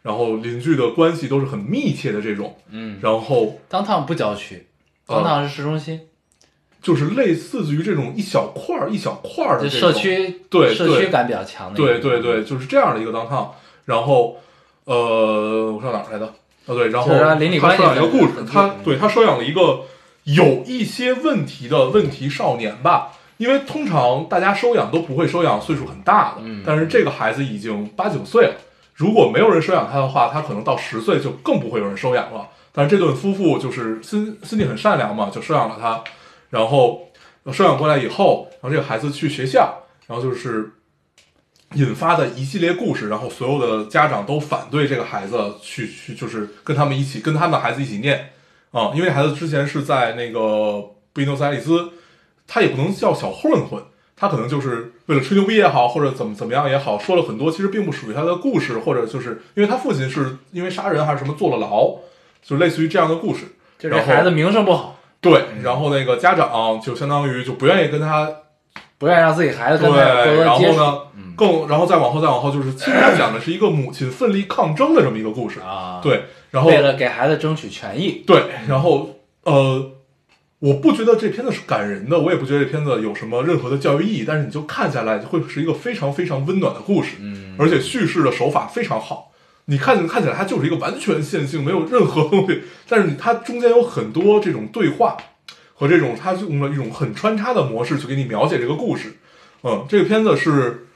[SPEAKER 2] 然后邻居的关系都是很密切的这种，
[SPEAKER 1] 嗯，
[SPEAKER 2] 然后
[SPEAKER 1] 当趟不郊区，
[SPEAKER 2] 呃
[SPEAKER 1] 当趟是市中心，
[SPEAKER 2] 就是类似于这种一小块儿一小块儿的
[SPEAKER 1] 就
[SPEAKER 2] 这种
[SPEAKER 1] 社区
[SPEAKER 2] 对
[SPEAKER 1] 社区
[SPEAKER 2] 对
[SPEAKER 1] 感比较强的，
[SPEAKER 2] 对对，对，就是这样的一个 downtown，然后呃，我上哪儿来的？啊对，然后
[SPEAKER 1] 就是他邻里
[SPEAKER 2] 他
[SPEAKER 1] 关系
[SPEAKER 2] 收养一个故事
[SPEAKER 1] 很，嗯
[SPEAKER 2] 他
[SPEAKER 1] 很
[SPEAKER 2] 对他收养了一个有一些问题的问题少年吧，因为通常大家收养都不会收养岁数很大的，
[SPEAKER 1] 嗯
[SPEAKER 2] 但是这个孩子已经八九岁了，如果没有人收养他的话，他可能到十岁就更不会有人收养了。但是这对夫妇就是心心地很善良嘛，就收养了他，然后呃收养过来以后，然后这个孩子去学校，然后就是引发的一系列故事，然后所有的家长都反对这个孩子去去，就是跟他们一起跟他们的孩子一起念啊、因为孩子之前是在那个布宜诺斯艾利斯，他也不能叫小混混，他可能就是为了吹牛逼也好，或者怎么怎么样也好，说了很多其实并不属于他的故事，或者就是因为他父亲是因为杀人还是什么坐了牢，就类似于这样的故事。
[SPEAKER 1] 就这
[SPEAKER 2] 然后
[SPEAKER 1] 孩子名声不好，
[SPEAKER 2] 对，然后那个家长就相当于就不愿意跟他
[SPEAKER 1] 不愿意让自己孩子
[SPEAKER 2] 对
[SPEAKER 1] 跟他多，
[SPEAKER 2] 然
[SPEAKER 1] 多接
[SPEAKER 2] 后
[SPEAKER 1] 触
[SPEAKER 2] 呢，更然后再往后再往后，就是其实讲的是一个母亲奋力抗争的这么一个故事。
[SPEAKER 1] 啊，，
[SPEAKER 2] 对，然后
[SPEAKER 1] 为了给孩子争取权益，
[SPEAKER 2] 对，然后呃，我不觉得这片子是感人的，我也不觉得这片子有什么任何的教育意义，但是你就看下来会是一个非常非常温暖的故事，
[SPEAKER 1] 嗯，
[SPEAKER 2] 而且叙事的手法非常好。你看看起来它就是一个完全线性，没有任何东西，但是你它中间有很多这种对话和这种它用了一种很穿插的模式去给你描写这个故事。嗯，这个片子是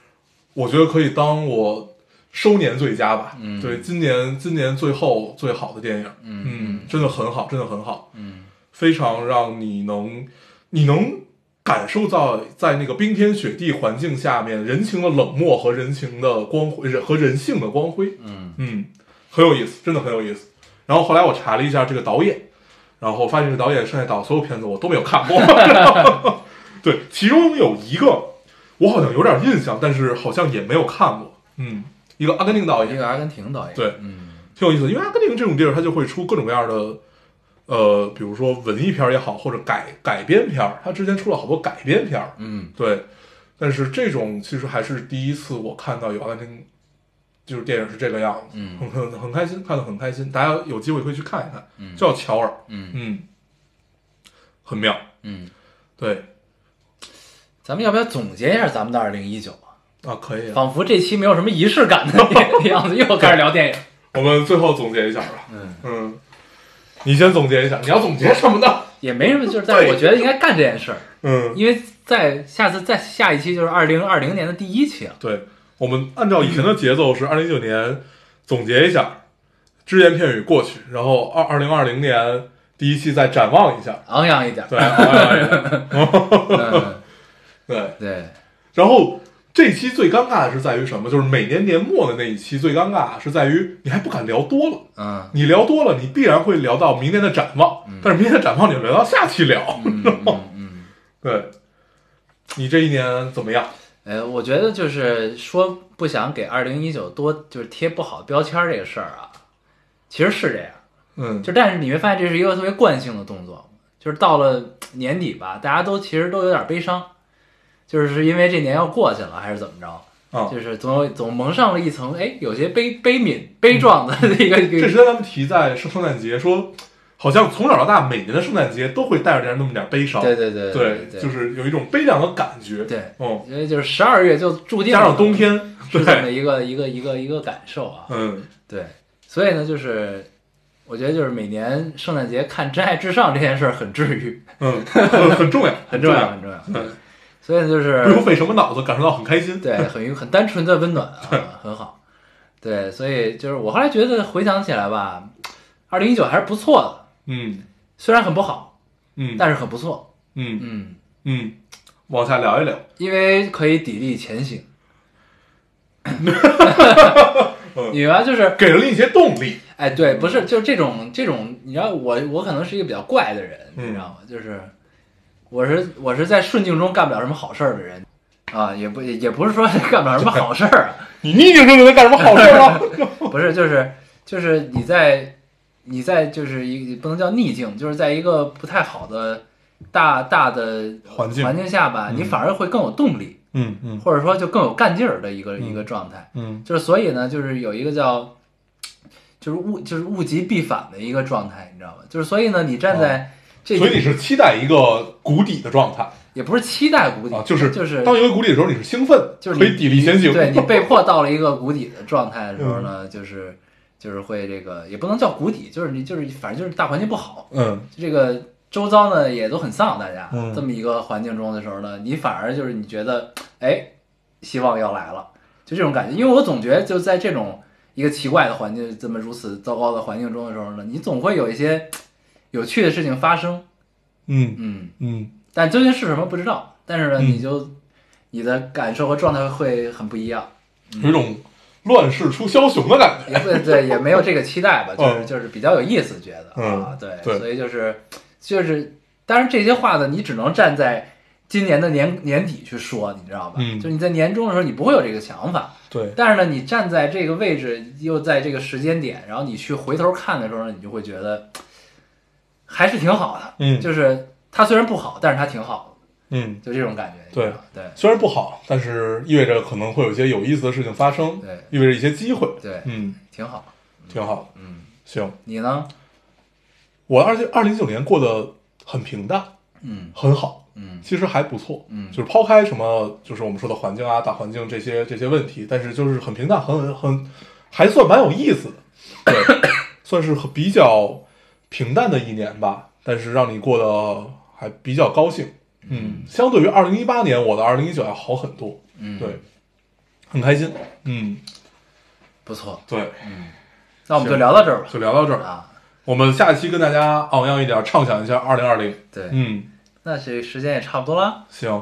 [SPEAKER 2] 我觉得可以当我收年最佳吧。
[SPEAKER 1] 嗯
[SPEAKER 2] 对，今年今年最后最好的电影，
[SPEAKER 1] 嗯
[SPEAKER 2] 嗯，真的很好，真的很好，
[SPEAKER 1] 嗯
[SPEAKER 2] 非常让你能你能感受到在那个冰天雪地环境下面人情的冷漠和人情的光辉人和人性的光辉，
[SPEAKER 1] 嗯
[SPEAKER 2] 嗯，很有意思，真的很有意思。然后后来我查了一下这个导演，然后发现这个导演剩下导所有片子我都没有看 过，对，其中有一个我好像有点印象，但是好像也没有看过，嗯，一个阿根廷导演
[SPEAKER 1] 一，个阿根廷导演，
[SPEAKER 2] 对
[SPEAKER 1] 嗯
[SPEAKER 2] 挺有意思的，因为阿根廷这种地儿，它就会出各种各样的，呃，比如说文艺片儿也好，或者改改编片儿，它之前出了好多改编片儿，
[SPEAKER 1] 嗯
[SPEAKER 2] 对。但是这种其实还是第一次我看到有阿根廷，就是电影是这个样子，
[SPEAKER 1] 嗯
[SPEAKER 2] 很很很开心，看得很开心。大家有机会可以去看一看，
[SPEAKER 1] 嗯
[SPEAKER 2] 叫乔尔，
[SPEAKER 1] 嗯
[SPEAKER 2] 嗯，很妙，
[SPEAKER 1] 嗯，
[SPEAKER 2] 对
[SPEAKER 1] 咱们要不要总结一下咱们的二零一九？
[SPEAKER 2] 啊，可以。
[SPEAKER 1] 仿佛这期没有什么仪式感的 样子，又开始聊电影。
[SPEAKER 2] 我们最后总结一下吧，
[SPEAKER 1] 嗯，
[SPEAKER 2] 嗯，你先总结一下，你要总结什么呢？
[SPEAKER 1] 也没什么，就是但是我觉得应该干这件事儿，
[SPEAKER 2] 嗯，
[SPEAKER 1] 因为在下次再下一期就是二零二零年的第一期了。啊
[SPEAKER 2] 对，我们按照以前的节奏是二零一九年总结一下，只言片语过去，然后二二零二零年第一期再展望一下。
[SPEAKER 1] 昂扬一点，
[SPEAKER 2] 对，哎
[SPEAKER 1] 嗯，
[SPEAKER 2] 对，
[SPEAKER 1] 对，
[SPEAKER 2] 然后这期最尴尬的是在于什么？就是每年年末的那一期最尴尬是在于你还不敢聊多了，
[SPEAKER 1] 嗯，
[SPEAKER 2] 你聊多了，你必然会聊到明年的展望，但是明年的展望你就聊到下期聊。
[SPEAKER 1] 嗯嗯嗯，
[SPEAKER 2] 对，你这一年怎么样？
[SPEAKER 1] 呃，我觉得就是说不想给二零一九多就是贴不好的标签儿这个事儿啊，其实是这样，
[SPEAKER 2] 嗯，
[SPEAKER 1] 就但是你会发现这是一个特别惯性的动作，就是到了年底吧，大家都其实都有点悲伤，就是是因为这年要过去了还是怎么着，
[SPEAKER 2] 啊，
[SPEAKER 1] 就是总有总蒙上了一层哎有些悲悲悯悲壮的一个一
[SPEAKER 2] 嗯这
[SPEAKER 1] 个，
[SPEAKER 2] 之前咱们提在圣圣诞节说，好像从小到大每年的圣诞节都会带着点那么点悲伤，
[SPEAKER 1] 对对对
[SPEAKER 2] 对
[SPEAKER 1] 对，
[SPEAKER 2] 就是有一种悲凉的感觉，
[SPEAKER 1] 对，
[SPEAKER 2] 嗯，
[SPEAKER 1] 因为就是十二月就注定
[SPEAKER 2] 加上
[SPEAKER 1] 了
[SPEAKER 2] 冬天，
[SPEAKER 1] 是这么
[SPEAKER 2] 对，
[SPEAKER 1] 一个一个一个一个感受啊，
[SPEAKER 2] 嗯，
[SPEAKER 1] 对，所以呢，就是我觉得就是每年圣诞节看《真爱至上》这件事儿很治愈，
[SPEAKER 2] 嗯，很很重要，
[SPEAKER 1] 很
[SPEAKER 2] 重
[SPEAKER 1] 重要，，很重要。
[SPEAKER 2] 嗯，
[SPEAKER 1] 所以呢，就
[SPEAKER 2] 不用
[SPEAKER 1] 是
[SPEAKER 2] 费什么脑子，感受到很开心，
[SPEAKER 1] 对，很愉很单纯的温暖啊，很好。对，所以就是我后来觉得回想起来吧，二零一九还是不错的，
[SPEAKER 2] 嗯
[SPEAKER 1] 虽然很不好，
[SPEAKER 2] 嗯，
[SPEAKER 1] 但是很不错。
[SPEAKER 2] 嗯
[SPEAKER 1] 嗯，
[SPEAKER 2] 嗯，往下聊一聊，
[SPEAKER 1] 因为可以砥砺前行。
[SPEAKER 2] 嗯
[SPEAKER 1] 你吧，就是
[SPEAKER 2] 给了你一些动 力，
[SPEAKER 1] 哎，对，不
[SPEAKER 2] 嗯
[SPEAKER 1] 是，就是这种这种，你知道我我可能是一个比较怪的人，
[SPEAKER 2] 嗯
[SPEAKER 1] 你知道吗？就是我是我是在顺境中干不了什么好事儿的人啊，也不也也不是说干不了什么好事儿 啊，
[SPEAKER 2] 你逆境中能干什么好事吗？
[SPEAKER 1] 不是，就是就是你在你在就是一不能叫逆境，就是在一个不太好的大大的
[SPEAKER 2] 环境
[SPEAKER 1] 环境下吧，你反而会更有动力，
[SPEAKER 2] 嗯嗯
[SPEAKER 1] 或者说就更有干劲儿的一个、
[SPEAKER 2] 嗯
[SPEAKER 1] 一个状态。
[SPEAKER 2] 嗯
[SPEAKER 1] 就是所以呢，就是有一个叫，就是物就是物极必反的一个状态，你知道吗？就是所以呢，你站在这，
[SPEAKER 2] 哦所以你是期待一个谷底的状态
[SPEAKER 1] 也不是期待谷底
[SPEAKER 2] 啊，就是
[SPEAKER 1] 就是
[SPEAKER 2] 当一个谷底的时候，你是兴奋，
[SPEAKER 1] 就是
[SPEAKER 2] 可
[SPEAKER 1] 你
[SPEAKER 2] 以砥砺前嗯行，
[SPEAKER 1] 对 你被迫到了一个谷底的状态的时候呢，就是就是会这个也不能叫谷底，就是你就是反正就是大环境不好，
[SPEAKER 2] 嗯
[SPEAKER 1] 这个周遭呢也都很丧，大家、
[SPEAKER 2] 嗯
[SPEAKER 1] 这么一个环境中的时候呢，你反而就是你觉得哎，希望要来了，就这种感觉。因为我总觉得就在这种一个奇怪的环境，这么如此糟糕的环境中的时候呢，你总会有一些有趣的事情发生，
[SPEAKER 2] 嗯
[SPEAKER 1] 嗯，
[SPEAKER 2] 嗯
[SPEAKER 1] 但究竟是什么不知道，但是呢，
[SPEAKER 2] 嗯
[SPEAKER 1] 你就你的感受和状态会很不一样。
[SPEAKER 2] 有一种乱世出枭雄的感觉。
[SPEAKER 1] 也对对，也没有这个期待吧，就是
[SPEAKER 2] 嗯
[SPEAKER 1] 就是比较有意思，觉得
[SPEAKER 2] 嗯
[SPEAKER 1] 啊，对
[SPEAKER 2] 对
[SPEAKER 1] 所以就是就是，当然这些话呢，你只能站在今年的年年底去说，你知道吧？
[SPEAKER 2] 嗯
[SPEAKER 1] 就你在年终的时候，你不会有这个想法，
[SPEAKER 2] 对，
[SPEAKER 1] 但是呢，你站在这个位置，又在这个时间点，然后你去回头看的时候呢，你就会觉得还是挺好的。
[SPEAKER 2] 嗯
[SPEAKER 1] 就是它虽然不好，但是它挺好
[SPEAKER 2] 嗯
[SPEAKER 1] 的，，就这种感觉。
[SPEAKER 2] 对
[SPEAKER 1] 你知道对
[SPEAKER 2] 虽然不好，但是意味着可能会有一些有意思的事情发生，
[SPEAKER 1] 对
[SPEAKER 2] 意味着一些机会，
[SPEAKER 1] 对，
[SPEAKER 2] 嗯，
[SPEAKER 1] 挺好。
[SPEAKER 2] 挺好，
[SPEAKER 1] 嗯，
[SPEAKER 2] 行，
[SPEAKER 1] 你呢？
[SPEAKER 2] 我二零二零一九年过得很平淡，
[SPEAKER 1] 嗯
[SPEAKER 2] 很好，
[SPEAKER 1] 嗯
[SPEAKER 2] 其实还不错，
[SPEAKER 1] 嗯
[SPEAKER 2] 就是抛开什么，就是我们说的环境啊、大环境这些这些问题，但是就是很平淡，很很还算蛮有意思的，对，算是很比较平淡的一年吧，但是让你过得还比较高兴，嗯，相对于二零一八年，我的二零一九要好很多，
[SPEAKER 1] 嗯，
[SPEAKER 2] 对，，很开心，嗯，
[SPEAKER 1] 不错。
[SPEAKER 2] 对，
[SPEAKER 1] 那我们就
[SPEAKER 2] 行
[SPEAKER 1] 聊到这儿吧。
[SPEAKER 2] 就聊到这儿，
[SPEAKER 1] 啊，
[SPEAKER 2] 我们下期跟大家昂扬一点，畅想一下二零二零，
[SPEAKER 1] 对，
[SPEAKER 2] 嗯，
[SPEAKER 1] 那这时间也差不多了，
[SPEAKER 2] 行，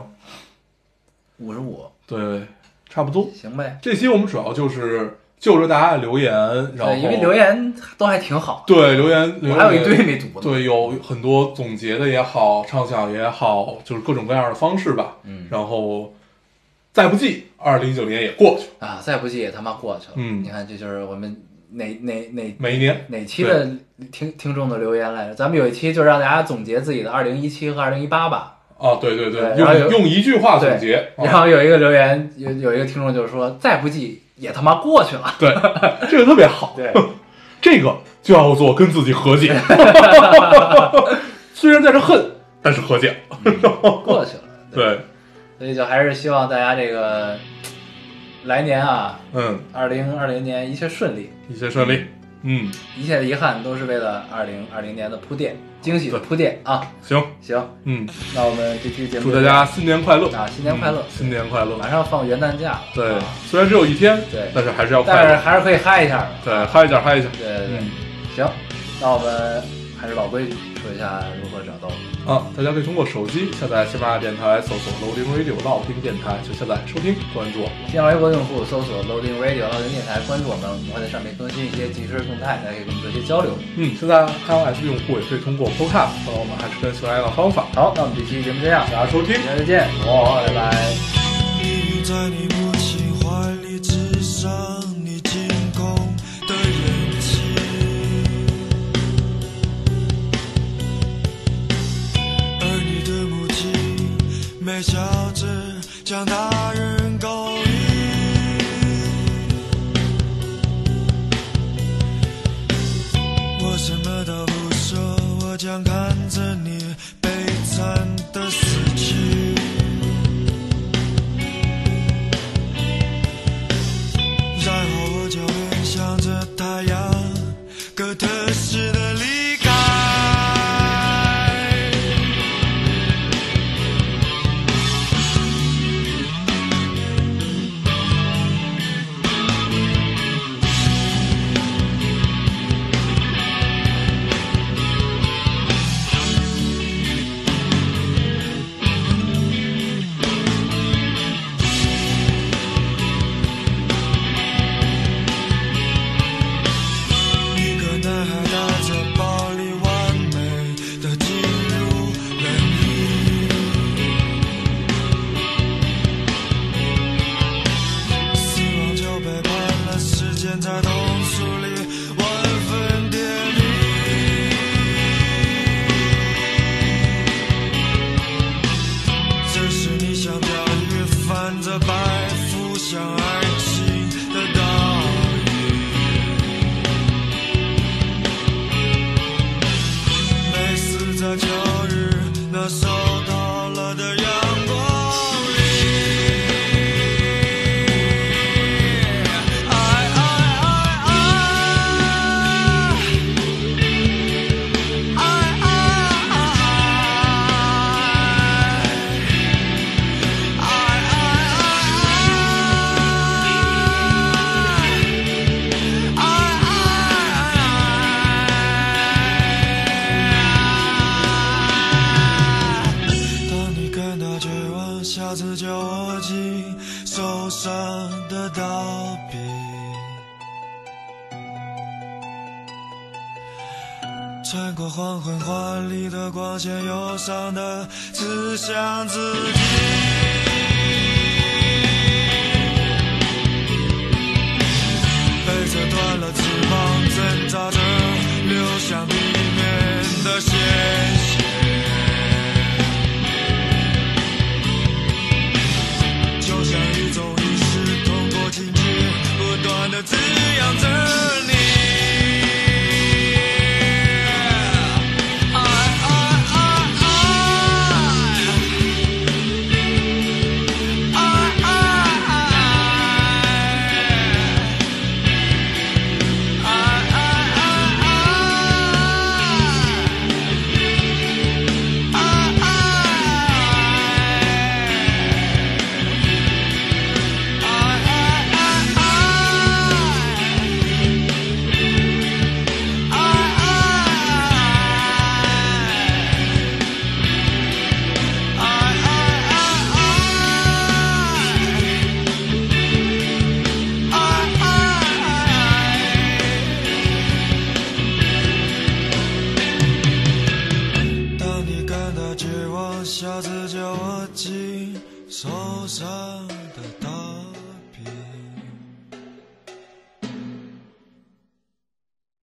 [SPEAKER 1] 五十五，
[SPEAKER 2] 对，差不多，
[SPEAKER 1] 嗯行呗。
[SPEAKER 2] 这期我们主要就是就着大家的留言，然后
[SPEAKER 1] 对，因为留言都还挺好，
[SPEAKER 2] 对留言，留
[SPEAKER 1] 我
[SPEAKER 2] 言
[SPEAKER 1] 还有一堆没读呢。
[SPEAKER 2] 对，有很多总结的也好，畅想也好，就是各种各样的方式吧。
[SPEAKER 1] 嗯
[SPEAKER 2] 然后再不济，二零一九年也过去了，
[SPEAKER 1] 啊，再不济也他妈过去了。
[SPEAKER 2] 嗯
[SPEAKER 1] 你看，这就是我们哪哪哪
[SPEAKER 2] 每一年，
[SPEAKER 1] 哪期的听听众的留言来着？咱们有一期就让大家总结自己的二零一七和二零一八吧。
[SPEAKER 2] 啊，对对对，
[SPEAKER 1] 对然后有
[SPEAKER 2] 用用一句话总结，啊
[SPEAKER 1] 然后有一个留言，有有一个听众就说：“再不济也他妈过去了。
[SPEAKER 2] 对，这个特别好”，
[SPEAKER 1] 对，
[SPEAKER 2] 这个就要做跟自己和解，虽然在这恨，但是和解了，
[SPEAKER 1] 过去了。
[SPEAKER 2] 对，
[SPEAKER 1] 所以就还是希望大家这个来年啊，
[SPEAKER 2] 嗯，
[SPEAKER 1] 二零二零年一切顺利，
[SPEAKER 2] 一切顺利，嗯，
[SPEAKER 1] 一切的遗憾都是为了二零二零年的铺垫，惊喜的铺垫啊。
[SPEAKER 2] 行，
[SPEAKER 1] 行，
[SPEAKER 2] 嗯，
[SPEAKER 1] 那我们这期节目
[SPEAKER 2] 祝
[SPEAKER 1] 就
[SPEAKER 2] 大家新年快乐
[SPEAKER 1] 啊新年快乐
[SPEAKER 2] 嗯新年快乐
[SPEAKER 1] 马，上放元旦假了，
[SPEAKER 2] 对
[SPEAKER 1] 啊，
[SPEAKER 2] 虽然只有一天，
[SPEAKER 1] 对
[SPEAKER 2] 但是还是要快
[SPEAKER 1] 但是
[SPEAKER 2] 乐，
[SPEAKER 1] 还是可以嗨一下的。
[SPEAKER 2] 对，嗨一下，嗨一下，
[SPEAKER 1] 对对对，
[SPEAKER 2] 嗯
[SPEAKER 1] 行，那我们还是老规矩，说一下如何找到我们。
[SPEAKER 2] 啊，大家可以通过手机下载喜马拉雅电台，搜索 Loading Radio 老听电台，就下载收听关注我们。
[SPEAKER 1] 新浪微博用户搜索 Loading Radio 老丁电台，关注我们，我们会在上面更新一些即时动态，大家可以跟我们做一些交流。
[SPEAKER 2] 嗯，现在 iOS 用户也可以通过 Podcast 找到我们，还是跟喜马拉雅的方法。
[SPEAKER 1] 好，那我们这期节目这样，
[SPEAKER 2] 大家收听，
[SPEAKER 1] 大家再见，
[SPEAKER 2] 哦
[SPEAKER 1] 拜拜。
[SPEAKER 3] 依依在你母亲怀里，只剩你惊恐的眼睛。而你的母亲微笑着将大人勾引。我什么都不说，我将看着你悲惨的死去。然后我就会向着太阳，哥特式的离开。穿过黄昏华丽的光线，忧伤的指向自己。被折断了翅膀，挣扎着流向地面的鲜血。就像一种意识，通过情绪不断的滋养着你。爱爱爱爱爱爱爱。当你感到绝望，下次叫我紧手上。